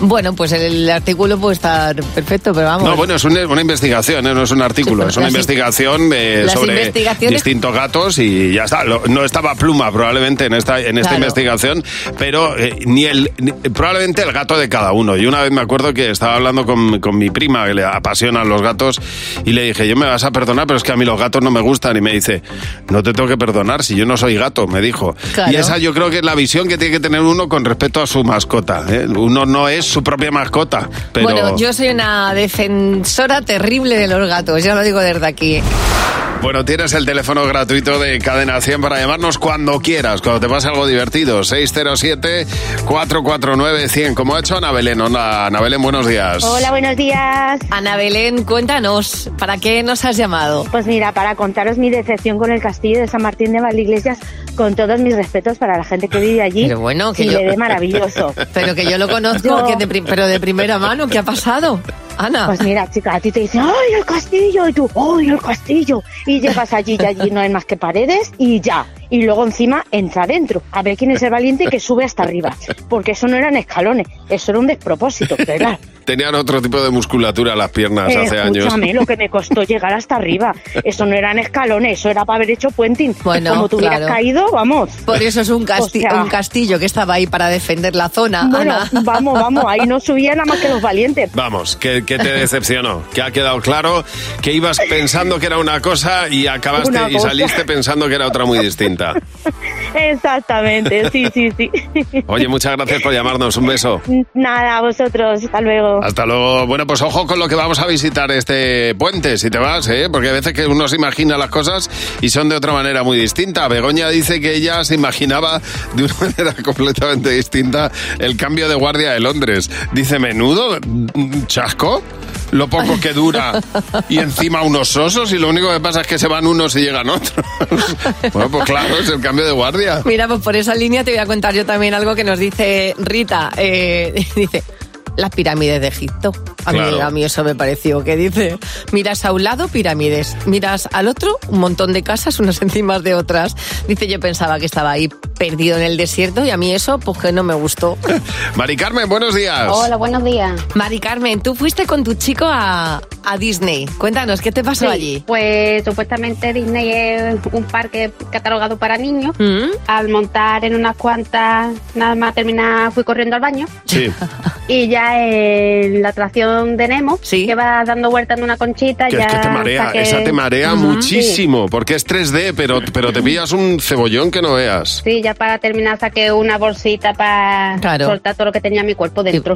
Speaker 4: Bueno, pues el artículo puede estar perfecto, pero vamos.
Speaker 3: No, bueno, es una, una investigación, ¿eh? no es un artículo,
Speaker 4: Sí,
Speaker 3: es una
Speaker 4: las in-
Speaker 3: investigación eh,
Speaker 4: las
Speaker 3: sobre
Speaker 4: investigaciones-
Speaker 3: distintos gatos y ya está. Lo- no estaba pluma probablemente en esta, en esta
Speaker 4: Claro.
Speaker 3: investigación, pero eh, ni el ni- probablemente el gato de cada uno. Y una vez me acuerdo que estaba hablando con, con mi prima, que le apasionan los gatos, y le dije, yo me vas a perdonar, pero es que a mí los gatos no me gustan. Y me dice, no te tengo que perdonar si yo no soy gato, me dijo.
Speaker 10: Claro.
Speaker 3: Y esa yo creo que es la visión que tiene que tener uno con respecto a su mascota. ¿eh? Uno no es su propia mascota, pero...
Speaker 4: Bueno, yo soy una defensora terrible de los gatos, ya lo digo desde aquí.
Speaker 3: Bueno, tienes el teléfono gratuito de Cadena 100 para llamarnos cuando quieras, cuando te pase algo divertido. 607-449-100, como ha hecho Ana Belén. Hola, Ana Belén, buenos días.
Speaker 11: buenos días.
Speaker 4: Ana Belén, cuéntanos, ¿para qué nos has llamado?
Speaker 11: Pues mira, para contaros mi decepción con el castillo de San Martín de Valdeiglesias, con todos mis respetos para la gente que vive allí.
Speaker 4: Pero bueno, que
Speaker 11: Sí,
Speaker 4: yo...
Speaker 11: le ve maravilloso.
Speaker 4: Pero que yo lo conozco,
Speaker 11: Yo-
Speaker 4: que de pri- pero de primera mano, ¿qué ha pasado? Ana.
Speaker 11: Pues mira, chica, a ti te dicen, ¡ay, el castillo! Y tú, ¡ay, el castillo! Y llegas allí y allí no hay más que paredes y ya. Y luego encima entra adentro. A ver quién es el valiente que sube hasta arriba. Porque eso no eran escalones, eso era un despropósito, ¿verdad?
Speaker 3: Tenían otro tipo de musculatura en las piernas
Speaker 11: Eh,
Speaker 3: hace años.
Speaker 11: escúchame lo que me costó llegar hasta arriba. Eso no eran escalones, eso era para haber hecho puenting.
Speaker 4: Bueno,
Speaker 11: Como tú hubieras
Speaker 4: claro.
Speaker 11: caído, vamos.
Speaker 4: Por eso es un, casti-
Speaker 11: O sea,
Speaker 4: un castillo que estaba ahí para defender la zona,
Speaker 11: Bueno,
Speaker 4: Ana.
Speaker 11: vamos, vamos, ahí no subía nada más que los valientes.
Speaker 3: Vamos, que, que te decepcionó, que ha quedado claro que ibas pensando que era una cosa y acabaste
Speaker 11: Una
Speaker 3: y
Speaker 11: cosa.
Speaker 3: saliste pensando que era otra muy distinta.
Speaker 11: Exactamente, sí, sí, sí.
Speaker 3: Oye, muchas gracias por llamarnos, un beso.
Speaker 11: Nada, a vosotros, hasta luego.
Speaker 3: Hasta luego. Bueno, pues ojo con lo que vamos a visitar este puente, si te vas, ¿eh? Porque a veces que uno se imagina las cosas y son de otra manera muy distinta. Begoña dice que ella se imaginaba de una manera completamente distinta el cambio de guardia de Londres. Dice, menudo, mm, chasco, lo poco que dura. Y encima unos osos y lo único que pasa es que se van unos y llegan otros. Bueno, pues claro, es el cambio de guardia.
Speaker 4: Mira, pues por esa línea te voy a contar yo también algo que nos dice Rita. Eh, dice, las pirámides de Egipto. A, mí,
Speaker 12: Claro.
Speaker 4: a mí eso me pareció. Que dice, miras a un lado pirámides, miras al otro un montón de casas unas encima de otras. Dice, yo pensaba que estaba ahí perdido en el desierto y a mí eso, pues que no me gustó.
Speaker 3: Mari Carmen, buenos días.
Speaker 4: buenos días. Mari Carmen, tú fuiste con tu chico a, a Disney. Cuéntanos, ¿qué te pasó
Speaker 13: Sí,
Speaker 4: allí?
Speaker 13: Pues supuestamente Disney es un parque catalogado para niños.
Speaker 4: Mm.
Speaker 13: Al montar en unas cuantas, nada más terminar, fui corriendo al baño.
Speaker 3: Sí.
Speaker 13: y ya en la atracción de Nemo, que va dando vuelta en una conchita.
Speaker 3: Que
Speaker 13: ya
Speaker 3: es que te marea,
Speaker 13: hasta que-
Speaker 3: esa te marea
Speaker 13: Ujú.
Speaker 3: muchísimo, porque es 3D, pero, pero te pillas un cebollón que no veas.
Speaker 13: Sí, ya para terminar saqué una bolsita para soltar todo lo que tenía mi cuerpo dentro.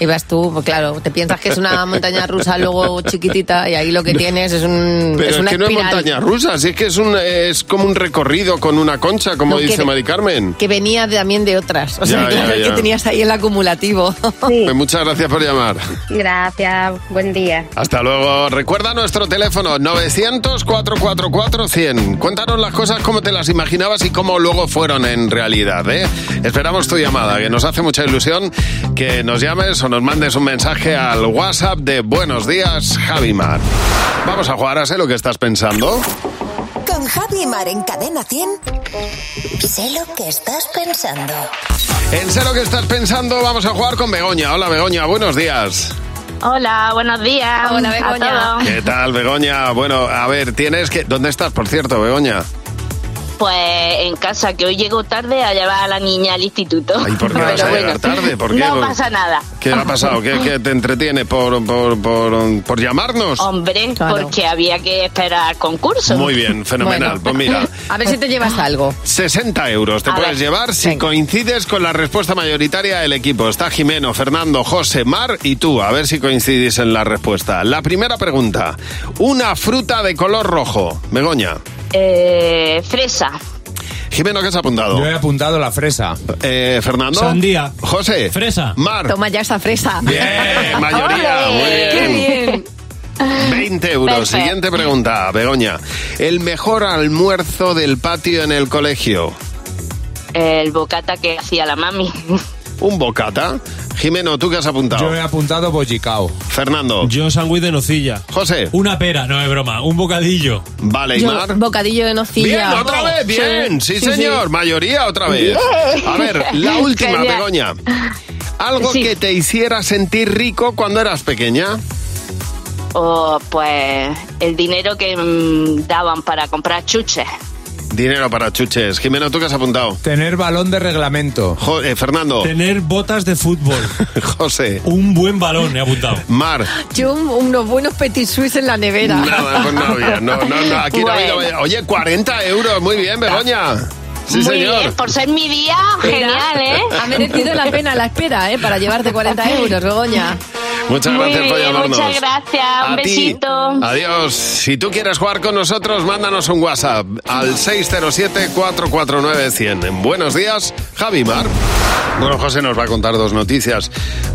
Speaker 4: Y vas tú, pues claro, te piensas que es una montaña rusa luego chiquitita y ahí lo que tienes es un
Speaker 3: Pero
Speaker 4: es
Speaker 3: es,
Speaker 4: una
Speaker 3: que no es
Speaker 4: espiral.
Speaker 3: montaña rusa, si es que es, un, es como un recorrido con una concha, como
Speaker 4: No, que
Speaker 3: dice
Speaker 4: ve-
Speaker 3: Mari Carmen.
Speaker 4: que venía de- también de otras, o sea,
Speaker 3: Ya,
Speaker 4: claro,
Speaker 3: ya,
Speaker 4: el
Speaker 3: ya.
Speaker 4: que tenías ahí el acumulativo.
Speaker 3: Pues Muchas gracias por llamar.
Speaker 13: Gracias, buen día.
Speaker 3: Hasta luego. Recuerda nuestro teléfono 900-444-100. Cuéntanos las cosas como te las imaginabas y cómo luego fueron en realidad. ¿eh? Esperamos tu llamada, que nos hace mucha ilusión que nos llames o nos mandes un mensaje al WhatsApp de Buenos Días, Javimar. Vamos a jugar a sé lo que estás pensando.
Speaker 14: Con Javi y Mar en Cadena 100. Sé lo que estás pensando.
Speaker 3: En sé lo que estás pensando, vamos a jugar con Begoña. Hola Begoña, buenos días.
Speaker 12: Hola, buenos días. Hola, Begoña.
Speaker 3: ¿Qué tal, Begoña? Bueno, a ver, tienes que... ¿Dónde estás, por cierto, Begoña?
Speaker 12: Pues en casa, que hoy llego tarde a llevar a la niña al instituto.
Speaker 3: ¿Y por qué vas a llegar tarde? ¿Por qué?
Speaker 12: No pasa nada.
Speaker 3: ¿Qué ha pasado? ¿Qué, qué te entretiene por, por, por, por llamarnos?
Speaker 12: Hombre, porque había que esperar al concurso. Ah.
Speaker 3: Muy bien, fenomenal. Pues mira,
Speaker 4: A ver si te llevas algo.
Speaker 3: 60 euros te
Speaker 4: A
Speaker 3: puedes
Speaker 4: ver,
Speaker 3: llevar si coincides con la respuesta mayoritaria del equipo. Está Jimeno, Fernando, José, Mar y tú. A ver si coincidís en la respuesta. La primera pregunta. Una fruta de color rojo. Begoña.
Speaker 12: Eh, fresa.
Speaker 3: Jimeno, ¿qué has apuntado? Eh,
Speaker 15: Yo he apuntado la fresa.
Speaker 3: Fernando.
Speaker 15: Sandía.
Speaker 3: José. Fresa. Mar.
Speaker 4: Toma ya esa fresa.
Speaker 3: Bien, mayoría. Muy bien.
Speaker 4: Qué bien.
Speaker 3: 20 euros.
Speaker 4: Perfecto.
Speaker 3: Siguiente pregunta, Begoña. El mejor almuerzo del patio en el colegio.
Speaker 12: El bocata que hacía la mami.
Speaker 3: Un bocata. Jimeno, ¿tú qué has apuntado? Yo he
Speaker 15: apuntado bollicao.
Speaker 3: Fernando.
Speaker 16: Yo sándwich de nocilla.
Speaker 3: José.
Speaker 16: Una pera, no es broma, un bocadillo.
Speaker 3: Vale,
Speaker 4: Yo, bocadillo de nocilla.
Speaker 3: Bien, otra vez, bien. Sí, señor. Mayoría otra vez.
Speaker 4: Bien.
Speaker 3: A ver, la última,
Speaker 4: Genial.
Speaker 3: Begoña. Algo
Speaker 12: Sí.
Speaker 3: que te hiciera sentir rico cuando eras pequeña.
Speaker 12: O pues el dinero que mm, daban para comprar chuches.
Speaker 3: Dinero para chuches. Jimeno, ¿tú qué has apuntado? eh,
Speaker 15: Tener balón de reglamento.
Speaker 3: Fernando.
Speaker 16: Tener botas de fútbol.
Speaker 3: José.
Speaker 16: Un buen balón, he apuntado.
Speaker 3: Mar.
Speaker 4: Yo un- unos buenos petit suisse en la nevera.
Speaker 3: Nada, pues no había. No, no, no, aquí no ha habido-
Speaker 12: Bueno.
Speaker 3: Oye, 40 euros. Muy bien, Begoña. Sí,
Speaker 12: Muy
Speaker 3: señor.
Speaker 12: bien, por ser mi día,
Speaker 4: Mira,
Speaker 12: genial, ¿eh?
Speaker 4: Ha merecido la pena la espera, ¿eh? Para llevarte 40 euros, Begoña.
Speaker 3: Muchas
Speaker 12: Muy
Speaker 3: gracias por
Speaker 12: bien,
Speaker 3: llamarnos.
Speaker 12: muchas gracias. Un
Speaker 3: A ti.
Speaker 12: besito.
Speaker 3: Adiós. Si tú quieres jugar con nosotros, mándanos un WhatsApp al 607-449-100. En Buenos días, Javi Mar. Bueno, José nos va a contar dos noticias.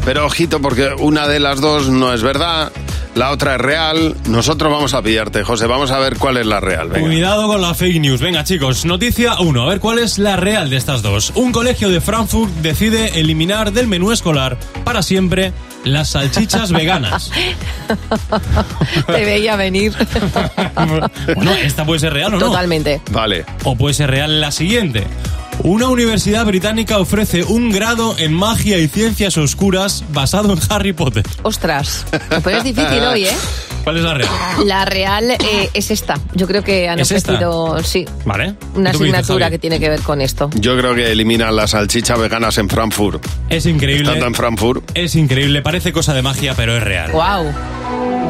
Speaker 3: Pero ojito, porque una de las dos no es verdad, la otra es real. Nosotros vamos a pillarte, José. Vamos a ver cuál es la real. Venga.
Speaker 16: Cuidado con la fake news. Venga, chicos, noticia 1. A ver cuál es la real de estas dos. Un colegio de Frankfurt decide eliminar del menú escolar para siempre las salchichas veganas.
Speaker 4: Te veía venir.
Speaker 16: Bueno, esta puede ser real o no.
Speaker 4: Totalmente.
Speaker 3: Vale.
Speaker 16: O puede ser real la siguiente. Una universidad británica ofrece un grado en magia y ciencias oscuras basado en Harry Potter.
Speaker 4: Ostras. Pero es difícil hoy, ¿eh?
Speaker 16: ¿Cuál es la real?
Speaker 4: La real eh, es esta. Yo creo que han
Speaker 16: ¿Es esta?
Speaker 4: ofrecido, sí,
Speaker 16: Vale.
Speaker 4: una
Speaker 3: ¿Tú qué dices,
Speaker 4: asignatura
Speaker 3: Javi?
Speaker 4: que tiene que ver con esto.
Speaker 3: Yo creo que eliminan las salchichas veganas en Frankfurt.
Speaker 16: Es increíble.
Speaker 3: Estando en Frankfurt.
Speaker 16: Es increíble, parece cosa de magia, pero es real.
Speaker 4: Wow.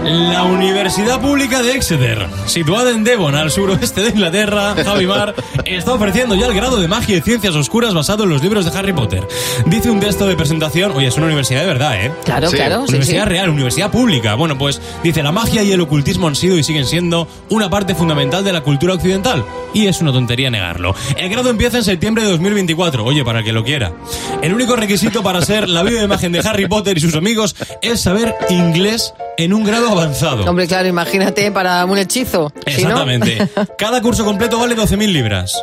Speaker 16: La Universidad Pública de Exeter, situada en Devon, al suroeste de Inglaterra, Javimar, está ofreciendo ya el grado de magia y ciencias oscuras basado en los libros de Harry Potter. Dice un texto de presentación, oye, es una universidad de verdad, ¿eh?
Speaker 4: Claro, Sí. claro, sí,
Speaker 16: Universidad
Speaker 4: sí.
Speaker 16: real, universidad pública. Bueno, pues dice, la magia y el ocultismo han sido y siguen siendo una parte fundamental de la cultura occidental. Y es una tontería negarlo. El grado empieza en septiembre de 2024. Oye, para el que lo quiera. El único requisito para ser la viva imagen de Harry Potter y sus amigos es saber inglés en un grado avanzado.
Speaker 4: Hombre, claro, imagínate para un hechizo. Si no,
Speaker 16: Exactamente. Cada curso completo vale 12.000 libras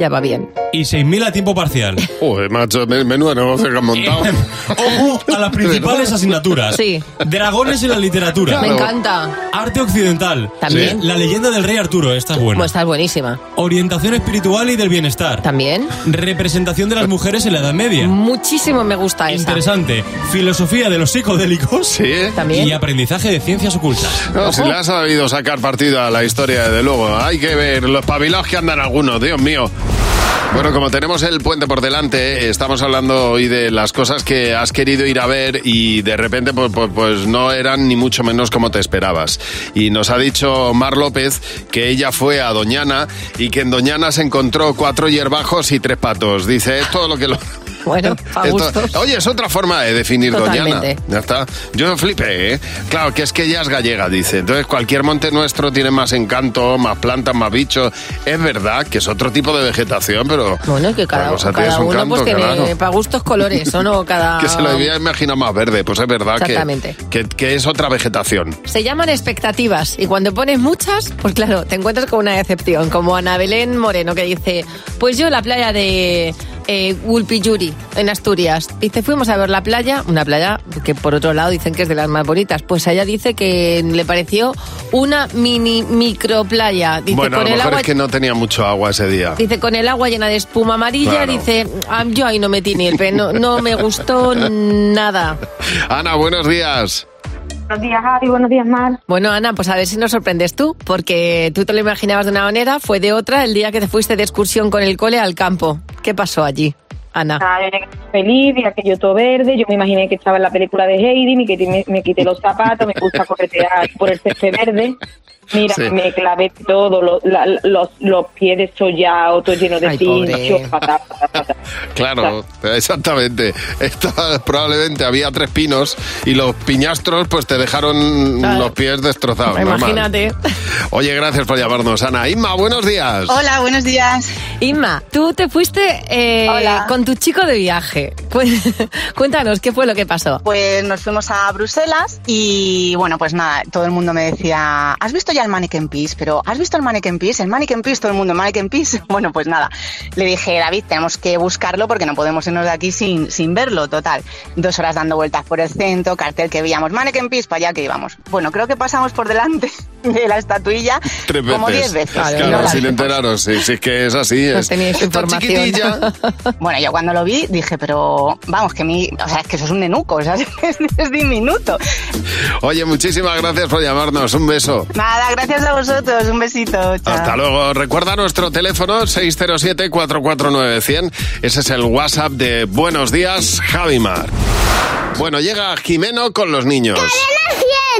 Speaker 4: ya va bien.
Speaker 16: y 6.000 a tiempo parcial.
Speaker 3: Joder, macho, men- menudo negocio que han montado.
Speaker 16: Ojo a las principales asignaturas.
Speaker 4: Sí.
Speaker 16: Dragones en la literatura.
Speaker 4: Me encanta.
Speaker 16: Arte occidental.
Speaker 4: También.
Speaker 16: La leyenda del rey Arturo, esta es buena.
Speaker 4: Pues estás buenísima.
Speaker 16: Orientación espiritual y del bienestar.
Speaker 4: También. Mm.
Speaker 16: Representación de las mujeres en la Edad Media.
Speaker 4: Muchísimo me gusta esa.
Speaker 16: Interesante. Filosofía de los psicodélicos.
Speaker 4: También.
Speaker 16: Y aprendizaje de ciencias ocultas.
Speaker 3: No, si le has sabido sacar partido a la historia, desde luego. Hay que ver los pabilados que andan algunos, Dios mío. Bueno, como tenemos el puente por delante, eh, estamos hablando hoy de las cosas que has querido ir a ver y de repente pues, pues- pues no eran ni mucho menos como te esperabas. Y nos ha dicho Mar López que ella fue a Doñana y que en Doñana se encontró cuatro hierbajos y tres patos. Dice, es todo lo que lo...
Speaker 4: Bueno, pa'
Speaker 3: Esto-
Speaker 4: gustos.
Speaker 3: oye, es otra forma de definir
Speaker 4: Totalmente.
Speaker 3: Doñana. Ya está. Yo flipé, ¿eh? Claro, que es que ella es gallega, dice. Entonces, cualquier monte nuestro tiene más encanto, más plantas, más bichos. Es verdad que es otro tipo de vegetación, pero.
Speaker 4: Bueno, que cada, cada uno pues tiene para gustos colores, ¿o no? Cada...
Speaker 3: Que se lo debía imaginar más verde, pues es verdad que,
Speaker 4: Ah. Exactamente.
Speaker 3: que, que es otra vegetación.
Speaker 4: Se llaman expectativas y cuando pones muchas, pues claro, te encuentras con una decepción, como Ana Belén Moreno que dice, pues yo la playa de eh, Gulpiyuri, en Asturias, dice, fuimos a ver la playa, una playa que por otro lado dicen que es de las más bonitas, pues allá dice que le pareció una mini micro playa, dice,
Speaker 3: bueno, a
Speaker 4: con
Speaker 3: lo
Speaker 4: el
Speaker 3: mejor
Speaker 4: agua...
Speaker 3: es que no tenía mucho agua ese día.
Speaker 4: Dice, con el agua llena de espuma amarilla,
Speaker 3: Claro.
Speaker 4: dice, "Ah, yo ahí no metí ni el pie, no, no me gustó nada.
Speaker 3: Ana, buenos días.
Speaker 4: Buenos días, Ari. Buenos días, Mar. Bueno, Ana, pues a ver si nos sorprendes tú, porque tú te lo imaginabas de una manera, fue de otra el día que te fuiste de excursión con el cole al campo. ¿Qué pasó allí, Ana?
Speaker 17: Nada, yo llegué feliz, vi aquello todo verde, yo me imaginé que estaba en la película de Heidi, me quité, me, me quité los zapatos, me puse a corretear por el césped verde. Mira,
Speaker 18: Sí.
Speaker 17: me clavé todo, lo- la- los, los pies desollados, todo lleno de
Speaker 3: Ay, pobre.
Speaker 17: pinchos, fatal, fatal, fatal.
Speaker 3: Claro, exactamente. Esto, probablemente había tres pinos y los piñastros pues te dejaron
Speaker 19: Claro.
Speaker 3: los pies destrozados. normal.
Speaker 4: Imagínate.
Speaker 3: Oye, gracias por llamarnos, Ana. Inma, buenos días.
Speaker 4: Hola, buenos días. Inma, tú te fuiste eh, con tu chico de viaje. Pues, Cu- Cuéntanos, ¿qué fue lo que pasó?
Speaker 18: Pues nos fuimos a Bruselas y bueno, pues nada, todo el mundo me decía, ¿has visto ya el Mannequin Peace? Pero ¿has visto el Mannequin Peace? El Mannequin Peace, todo el mundo, Mannequin Peace. Bueno, pues nada, le dije, David, tenemos que buscarlo porque no podemos irnos de aquí sin, sin verlo, total. Dos horas dando vueltas por el centro, cartel que veíamos, Mannequin Peace, para allá que íbamos. Bueno, creo que pasamos por delante de la estatuilla
Speaker 3: Tres veces.
Speaker 18: como diez veces.
Speaker 3: Claro,
Speaker 18: No la
Speaker 3: sin
Speaker 18: vimos.
Speaker 3: enteraros. Sí, sí, es que es así. Es. Esta chiquitilla.
Speaker 18: Bueno, yo cuando lo vi dije, pero vamos, que mi. O sea, es que eso es un nenuco, ¿sabes? Es, es diminuto.
Speaker 3: Oye, muchísimas gracias por llamarnos. Un beso.
Speaker 18: Nada, gracias a vosotros. Un besito. Chao.
Speaker 3: Hasta luego. Recuerda nuestro teléfono 607-449-100. Ese es el WhatsApp de Buenos Días, Javimar. Bueno, llega Jimeno con los niños.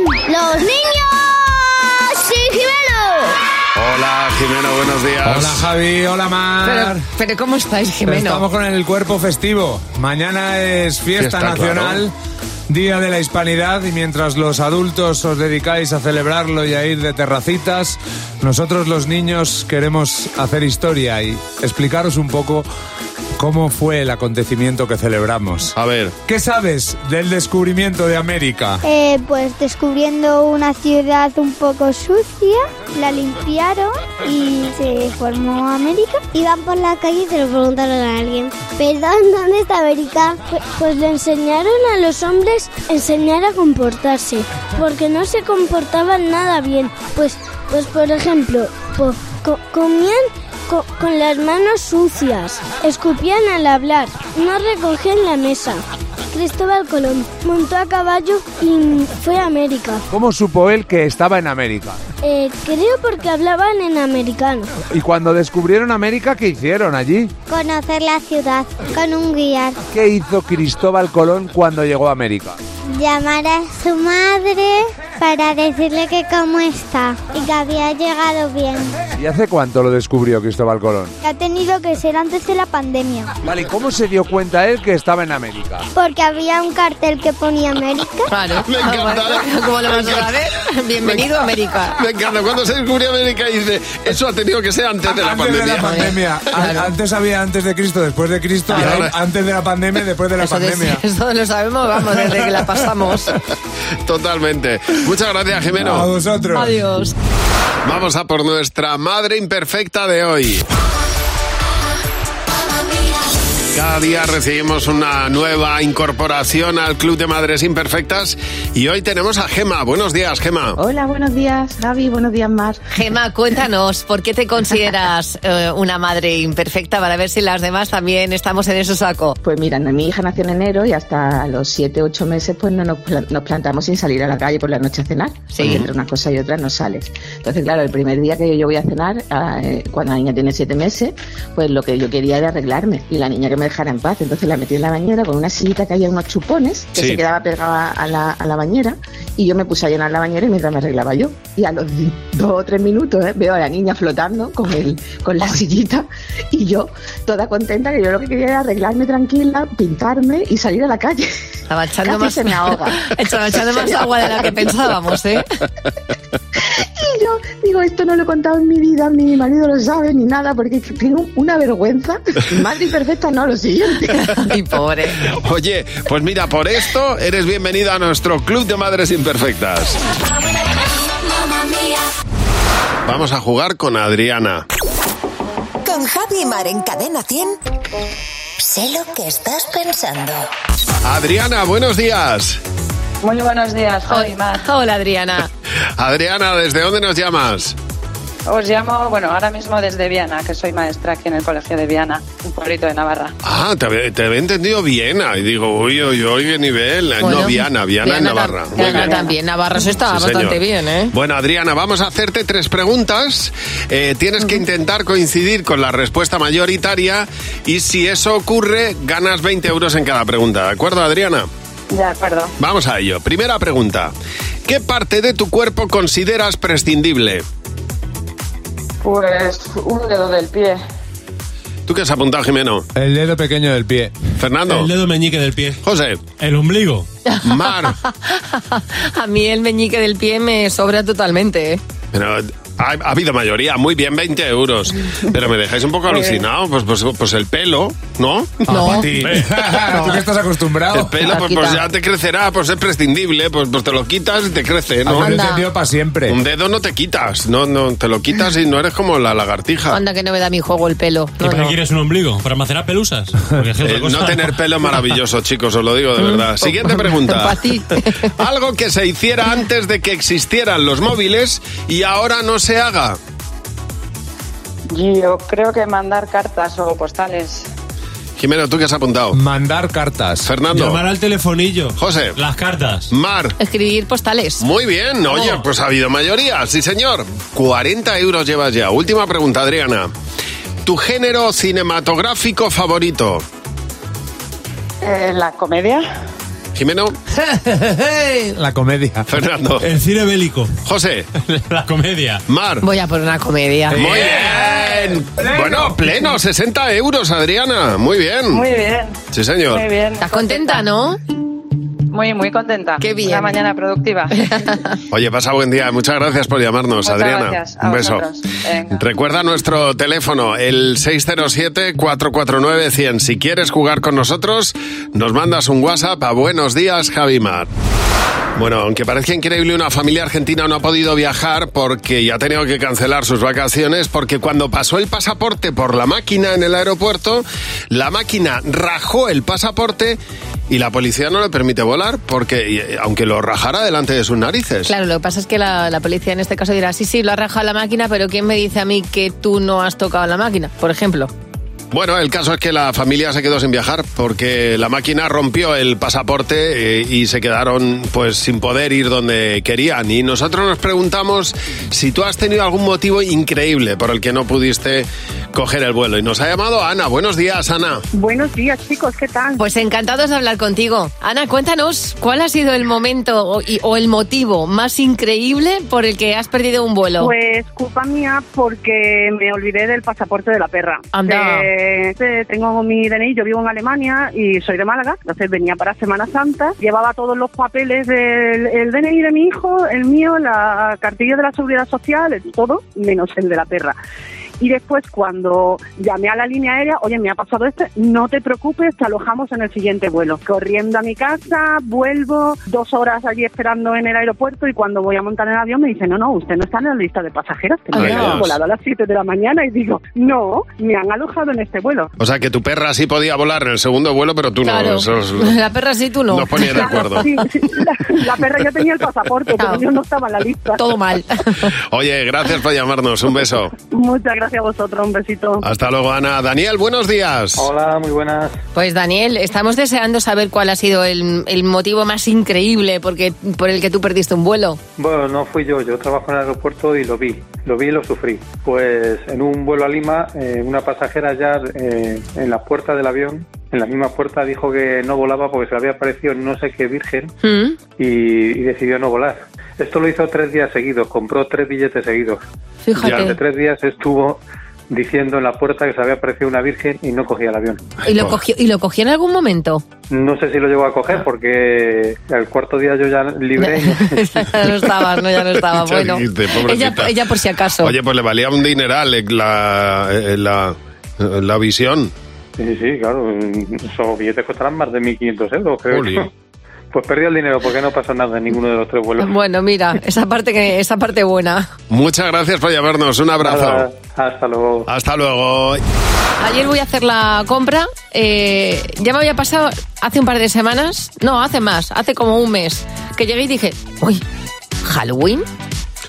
Speaker 20: ¡Los niños! ¡Sí,
Speaker 3: Hola, Jimeno, buenos días.
Speaker 21: Hola Javi, hola Mar.
Speaker 4: Pero, pero ¿cómo estáis, Jimeno?
Speaker 21: Estamos con el cuerpo festivo. Mañana es fiesta,
Speaker 3: Fiesta,
Speaker 21: nacional, Día de la Hispanidad y mientras los adultos os dedicáis a celebrarlo y a ir de terracitas, nosotros los niños queremos hacer historia y explicaros un poco cómo fue el acontecimiento que celebramos.
Speaker 3: A ver.
Speaker 21: ¿Qué sabes del descubrimiento de América?
Speaker 22: Eh, pues descubriendo una ciudad un poco sucia, la limpiaron y se formó América. Iban por la calle y se lo preguntaron a alguien, perdón, ¿dónde está América? Pues, pues le enseñaron a los hombres enseñar a comportarse, porque no se comportaban nada bien. Pues, pues por ejemplo, po- co- comían co- con las manos sucias, escupían al hablar, no recogían la mesa. Cristóbal Colón montó a caballo y fue a América.
Speaker 21: ¿Cómo supo él que estaba en América?
Speaker 22: Eh, creo porque hablaban en americano.
Speaker 21: Y cuando descubrieron América, ¿qué hicieron allí?
Speaker 22: Conocer la ciudad con un guía.
Speaker 21: ¿Qué hizo Cristóbal Colón cuando llegó a América?
Speaker 22: Llamar a su madre para decirle que cómo está y que había llegado bien.
Speaker 21: ¿Y hace cuánto lo descubrió Cristóbal Colón?
Speaker 22: Ha tenido que ser antes de la pandemia.
Speaker 21: Vale, ¿y ¿cómo se dio cuenta él que estaba en América?
Speaker 22: Porque había un cartel que ponía América.
Speaker 4: Claro. ¿Cómo lo vas a saber? Bienvenido a América.
Speaker 3: Oh, Me encanta. Cuando se descubrió América, dice: Eso ha tenido que ser antes de la pandemia.
Speaker 21: Antes había antes de Cristo, después de Cristo,
Speaker 3: Y ahora-
Speaker 21: antes de la pandemia, después de la
Speaker 4: Eso, de-
Speaker 21: pandemia. Ah,
Speaker 4: eso lo sabemos, vamos, desde que la pasamos.
Speaker 3: Totalmente. Muchas gracias, Jimeno.
Speaker 21: A vosotros.
Speaker 4: Adiós.
Speaker 3: Vamos a por nuestra madre imperfecta de hoy. Cada día recibimos una nueva incorporación al Club de Madres Imperfectas y hoy tenemos a Gema. Buenos días, Gema.
Speaker 19: Hola, buenos días, David, buenos días, Mar.
Speaker 4: Gema, cuéntanos, ¿por qué te consideras eh, una madre imperfecta? Para ver si las demás también estamos en ese saco.
Speaker 19: Pues mira, mi hija nació en enero y hasta los 7, 8 meses pues no nos, pla- nos plantamos sin salir a la calle por la noche a cenar. Porque entre una cosa y otra no sales. Entonces, claro, el primer día que yo voy a cenar, ah, eh, cuando la niña tiene 7 meses, pues lo que yo quería era arreglarme y la niña que me dejara en paz. Entonces la metí en la bañera con una sillita que había unos chupones que
Speaker 23: Sí.
Speaker 19: se quedaba pegada a la, a la bañera y yo me puse a llenar la bañera y mientras me arreglaba yo. Y a los di- dos o tres minutos eh, veo a la niña flotando con, el, con la sillita y yo toda contenta que yo lo que quería era arreglarme tranquila, pintarme y salir a la calle.
Speaker 4: Estaba echando
Speaker 19: Casi
Speaker 4: más-
Speaker 19: se me ahoga.
Speaker 4: Estaba echando más agua de la que pensábamos, ¿eh?
Speaker 19: Y yo digo, esto no lo he contado en mi vida, mi marido lo sabe ni nada, porque tengo una vergüenza. Madre perfecta, no, lo siguiente.
Speaker 4: Y pobre.
Speaker 3: Oye, pues mira, por esto eres bienvenida a nuestro Club de Madres Imperfectas. Vamos a jugar con Adriana.
Speaker 10: Con Javi Mar en Cadena 100. Sé lo que estás pensando.
Speaker 3: Adriana, buenos días.
Speaker 17: Muy buenos días, Javi Mar.
Speaker 4: Hola, Adriana.
Speaker 3: Adriana, ¿desde dónde nos llamas?
Speaker 17: Os llamo, bueno, ahora mismo desde Viana, que soy maestra aquí en el Colegio de Viana, un pueblito de Navarra.
Speaker 3: Ah, te, había- te había entendido Viena. Y digo, uy, uy, uy, qué nivel.
Speaker 4: Bueno,
Speaker 3: no, Viana, Viana en
Speaker 4: Viana
Speaker 3: Navarra.
Speaker 4: tam-
Speaker 3: Muy
Speaker 4: Viana
Speaker 3: bien.
Speaker 4: también, Navarra, eso está
Speaker 3: Sí,
Speaker 4: bastante
Speaker 3: señor.
Speaker 4: bien, ¿eh?
Speaker 3: Bueno, Adriana, vamos a hacerte tres preguntas. Eh, tienes que intentar coincidir con la respuesta mayoritaria y si eso ocurre, ganas 20 euros en cada pregunta. ¿De acuerdo, Adriana?
Speaker 17: De acuerdo.
Speaker 3: Vamos a ello. Primera pregunta. ¿Qué parte de tu cuerpo consideras prescindible?
Speaker 17: Pues un dedo del pie.
Speaker 3: ¿Tú qué has apuntado, Jimeno?
Speaker 21: El dedo pequeño del pie.
Speaker 3: Fernando.
Speaker 5: El dedo meñique del pie.
Speaker 3: José.
Speaker 5: El ombligo.
Speaker 3: Mar.
Speaker 4: A mí el meñique del pie me sobra totalmente, ¿eh?
Speaker 3: Pero ha, ha habido mayoría, muy bien, 20 euros. Pero me dejáis un poco
Speaker 4: Muy
Speaker 3: alucinado, pues, pues, pues el pelo, ¿no?
Speaker 21: No. Ah, para ti. Tú que estás acostumbrado.
Speaker 3: El pelo, pues, pues ya te crecerá, pues es prescindible, pues, pues te lo quitas y te crece, ¿no?
Speaker 21: Hazme entendido
Speaker 3: para siempre. Un dedo no te quitas, no, no, te lo quitas y no eres como la lagartija.
Speaker 4: Anda que no me da mi juego el pelo. No,
Speaker 3: para
Speaker 4: no.
Speaker 3: qué
Speaker 5: ¿Quieres un ombligo? ¿Para almacenar pelusas? Porque es otra
Speaker 3: Eh,
Speaker 5: cosa.
Speaker 3: no tener pelo maravilloso, chicos, os lo digo de verdad. Siguiente pregunta. Algo que se hiciera antes de que existieran los móviles y ahora no se haga.
Speaker 17: Yo creo que mandar cartas o postales.
Speaker 3: Jimeno, ¿tú qué has apuntado?
Speaker 21: Mandar cartas.
Speaker 3: Fernando.
Speaker 5: Llamar al telefonillo.
Speaker 3: José.
Speaker 5: Las cartas.
Speaker 3: Mar.
Speaker 4: Escribir postales.
Speaker 3: Muy bien, oye, pues ha habido mayoría, sí señor. 40 euros llevas ya. Última pregunta, Adriana. ¿Tu género cinematográfico favorito?
Speaker 17: Eh, la comedia.
Speaker 3: Jimeno.
Speaker 21: La comedia.
Speaker 3: Fernando.
Speaker 5: El cine bélico.
Speaker 3: José.
Speaker 5: La comedia.
Speaker 3: Mar.
Speaker 4: Voy a por una comedia.
Speaker 3: Muy bien. Bueno, pleno, 60 euros, Adriana. Muy bien.
Speaker 17: Muy bien.
Speaker 3: Sí, señor.
Speaker 17: Muy bien.
Speaker 4: ¿Estás contenta, no?
Speaker 17: Muy, muy contenta. Qué bien. Una mañana productiva.
Speaker 3: Oye, pasa buen día. Muchas gracias por llamarnos,
Speaker 17: Muchas
Speaker 3: Adriana.
Speaker 17: gracias. A
Speaker 3: Un beso.
Speaker 17: vosotros. Venga.
Speaker 3: Recuerda nuestro teléfono, el 607-449-100. Si quieres jugar con nosotros, nos mandas un WhatsApp a Buenos Días, Javimar. Bueno, aunque parezca increíble, una familia argentina no ha podido viajar porque ya ha tenido que cancelar sus vacaciones porque cuando pasó el pasaporte por la máquina en el aeropuerto, la máquina rajó el pasaporte y la policía no le permite volar porque, y- aunque lo rajara delante de sus narices.
Speaker 4: Claro, lo que pasa es que la, la policía en este caso dirá, sí, sí, lo ha rajado la máquina, pero ¿quién me dice a mí que tú no has tocado la máquina? Por ejemplo.
Speaker 3: Bueno, el caso es que la familia se quedó sin viajar porque la máquina rompió el pasaporte eh, y se quedaron pues sin poder ir donde querían. Y nosotros nos preguntamos si tú has tenido algún motivo increíble por el que no pudiste coger el vuelo. Y nos ha llamado Ana. Buenos días, Ana.
Speaker 4: Buenos días, chicos, ¿qué tal? Pues encantados de hablar contigo. Ana, cuéntanos, ¿cuál ha sido el momento o, y- o el motivo más increíble por el que has perdido un vuelo?
Speaker 23: Pues culpa mía porque me olvidé del pasaporte de la perra.
Speaker 4: Anda.
Speaker 23: Eh, eh, tengo mi DNI, yo vivo en Alemania y soy de Málaga, entonces venía para Semana Santa, llevaba todos los papeles del el DNI de mi hijo, el mío, la cartilla de la seguridad social, el todo, menos el de la perra. Y después, cuando llamé a la línea aérea, oye, me ha pasado esto, no te preocupes, te alojamos en el siguiente vuelo. Corriendo a mi casa, vuelvo, dos horas allí esperando en el aeropuerto y cuando voy a montar en el avión me dice, no, no, usted no está en la lista de pasajeros, que
Speaker 3: Ay,
Speaker 23: me
Speaker 3: Dios.
Speaker 23: han volado a las 7 de la mañana y digo, no, me han alojado en este vuelo.
Speaker 3: O sea, que tu perra sí podía volar en el segundo vuelo, pero tú no.
Speaker 23: Claro.
Speaker 3: Eso es-
Speaker 4: La perra sí, tú no.
Speaker 3: Nos ponía de acuerdo.
Speaker 23: Sí, sí, la, la perra ya tenía el pasaporte, pero yo no estaba en la lista.
Speaker 4: Todo mal.
Speaker 3: Oye, gracias por llamarnos. Un beso.
Speaker 23: Muchas gracias a vosotros, un besito.
Speaker 3: Hasta luego, Ana. Daniel, buenos días.
Speaker 24: Hola, muy buenas.
Speaker 4: Pues Daniel, estamos deseando saber cuál ha sido el, el motivo más increíble porque, por el que tú perdiste un vuelo.
Speaker 24: Bueno, no fui yo, yo trabajo en el aeropuerto y lo vi, lo vi y lo sufrí. Pues en un vuelo a Lima, eh, una pasajera ya eh, en la puerta del avión, en la misma puerta dijo que no volaba porque se le había aparecido no sé qué virgen
Speaker 4: ¿Mm?
Speaker 24: y, y decidió no volar. Esto lo hizo tres días seguidos, compró tres billetes seguidos.
Speaker 4: Fíjate.
Speaker 24: Durante tres días estuvo diciendo en la puerta que se había aparecido una virgen y no cogía el avión.
Speaker 4: ¿Y lo, cogió, ¿Y lo cogió en algún momento?
Speaker 24: No sé si lo llevo a coger porque al cuarto día yo ya libre.
Speaker 4: Ya no estaba, no, ya no estaba.
Speaker 3: Ya
Speaker 4: Ah, Bueno,
Speaker 3: dijiste,
Speaker 4: ella,
Speaker 3: pobrecita.
Speaker 4: ella por si acaso.
Speaker 3: Oye, pues le valía un dineral eh, la, eh, la, eh, la visión.
Speaker 24: Sí, sí, claro. Esos billetes costarán más de 1.500 euros, creo.
Speaker 3: Jolín.
Speaker 24: yo. Pues perdí el dinero porque no pasó nada en ninguno de los tres vuelos.
Speaker 4: Bueno, mira, esa parte, que, esa parte buena.
Speaker 3: Muchas gracias por llamarnos. Un abrazo.
Speaker 24: Nada, hasta luego.
Speaker 3: Hasta luego.
Speaker 4: Ayer voy a hacer la compra. eh, ya me había pasado hace un par de semanas, no, hace más, hace como un mes, que llegué y dije, uy, ¿Halloween?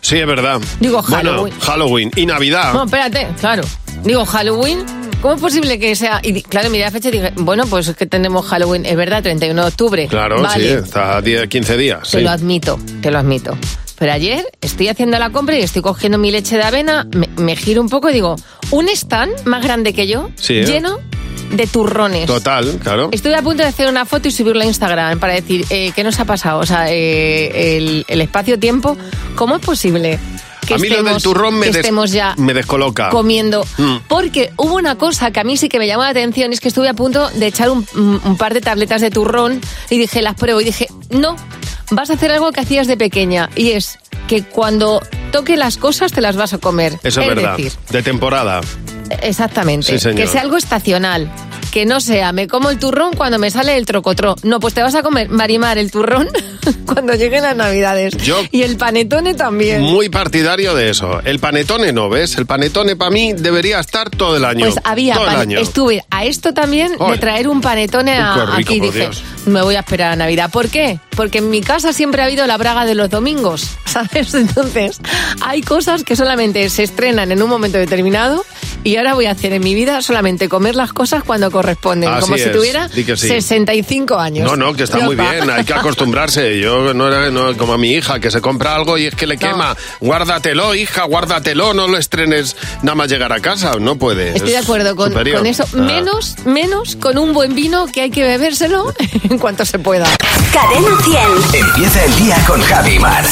Speaker 3: Sí, es verdad.
Speaker 4: Digo,
Speaker 3: Bueno,
Speaker 4: Halloween.
Speaker 3: Halloween y Navidad.
Speaker 4: No, espérate, claro. Digo, ¿Halloween? ¿Cómo es posible que sea? Y di- claro, miré la fecha y dije, bueno, pues es que tenemos Halloween, es verdad, 31 de octubre.
Speaker 3: Claro,
Speaker 4: Vale,
Speaker 3: sí, está a 10, 15 días.
Speaker 4: Te
Speaker 3: sí.
Speaker 4: lo admito, te lo admito. Pero ayer estoy haciendo la compra y estoy cogiendo mi leche de avena, me, me giro un poco y digo, un stand más grande que yo,
Speaker 3: Sí, ¿eh?
Speaker 4: lleno de turrones.
Speaker 3: Total, claro.
Speaker 4: Estoy a punto de hacer una foto y subirla a Instagram para decir eh, qué nos ha pasado. O sea, eh, el, el espacio-tiempo, ¿cómo es posible que,
Speaker 3: a mí
Speaker 4: estemos,
Speaker 3: lo del turrón me,
Speaker 4: que
Speaker 3: des-
Speaker 4: estemos ya
Speaker 3: me descoloca.
Speaker 4: comiendo?
Speaker 3: Mm.
Speaker 4: Porque hubo una cosa que a mí sí que me llamó la atención, es que estuve a punto de echar un, mm, un- un par de tabletas de turrón y dije, las pruebo. Y dije, no, vas a hacer algo que hacías de pequeña y es que cuando toque las cosas te las vas a comer.
Speaker 3: Eso es, verdad.
Speaker 4: decir,
Speaker 3: De temporada. Sí,
Speaker 4: Exactamente.
Speaker 3: señor.
Speaker 4: que sea algo estacional. Que no sea, me como el turrón cuando me sale el trocotró. No, pues te vas a comer, Marimar, el turrón cuando lleguen las navidades.
Speaker 3: Yo-
Speaker 4: Y el panetone también.
Speaker 3: Muy partidario de eso. El panetone no, ¿ves? El panetone para mí debería estar todo el año.
Speaker 4: Pues había,
Speaker 3: todo el
Speaker 4: pan-
Speaker 3: año.
Speaker 4: estuve a esto también
Speaker 3: Ole.
Speaker 4: de traer un panetone a-
Speaker 3: Qué rico,
Speaker 4: aquí.
Speaker 3: por
Speaker 4: Dije,
Speaker 3: Dios.
Speaker 4: me voy a esperar a Navidad. ¿Por qué? Porque en mi casa siempre ha habido la braga de los domingos, ¿sabes? Entonces, hay cosas que solamente se estrenan en un momento determinado y ahora voy a hacer en mi vida solamente comer las cosas cuando corresponden,
Speaker 3: Así
Speaker 4: como si
Speaker 3: es,
Speaker 4: tuviera
Speaker 3: di que sí.
Speaker 4: 65 años.
Speaker 3: No, no, que está
Speaker 4: Ya
Speaker 3: muy
Speaker 4: está.
Speaker 3: bien, hay que acostumbrarse. Yo no era no, como a mi hija, que se compra algo y es que le quema. Guárdatelo, hija, guárdatelo, no lo estrenes nada más llegar a casa, no puede.
Speaker 4: Estoy de
Speaker 3: es
Speaker 4: acuerdo con,
Speaker 3: superior.
Speaker 4: con eso.
Speaker 3: Ah.
Speaker 4: Menos, menos con un buen vino que hay que bebérselo en cuanto se pueda.
Speaker 2: Cadena 100. Empieza el día con Javi Mar.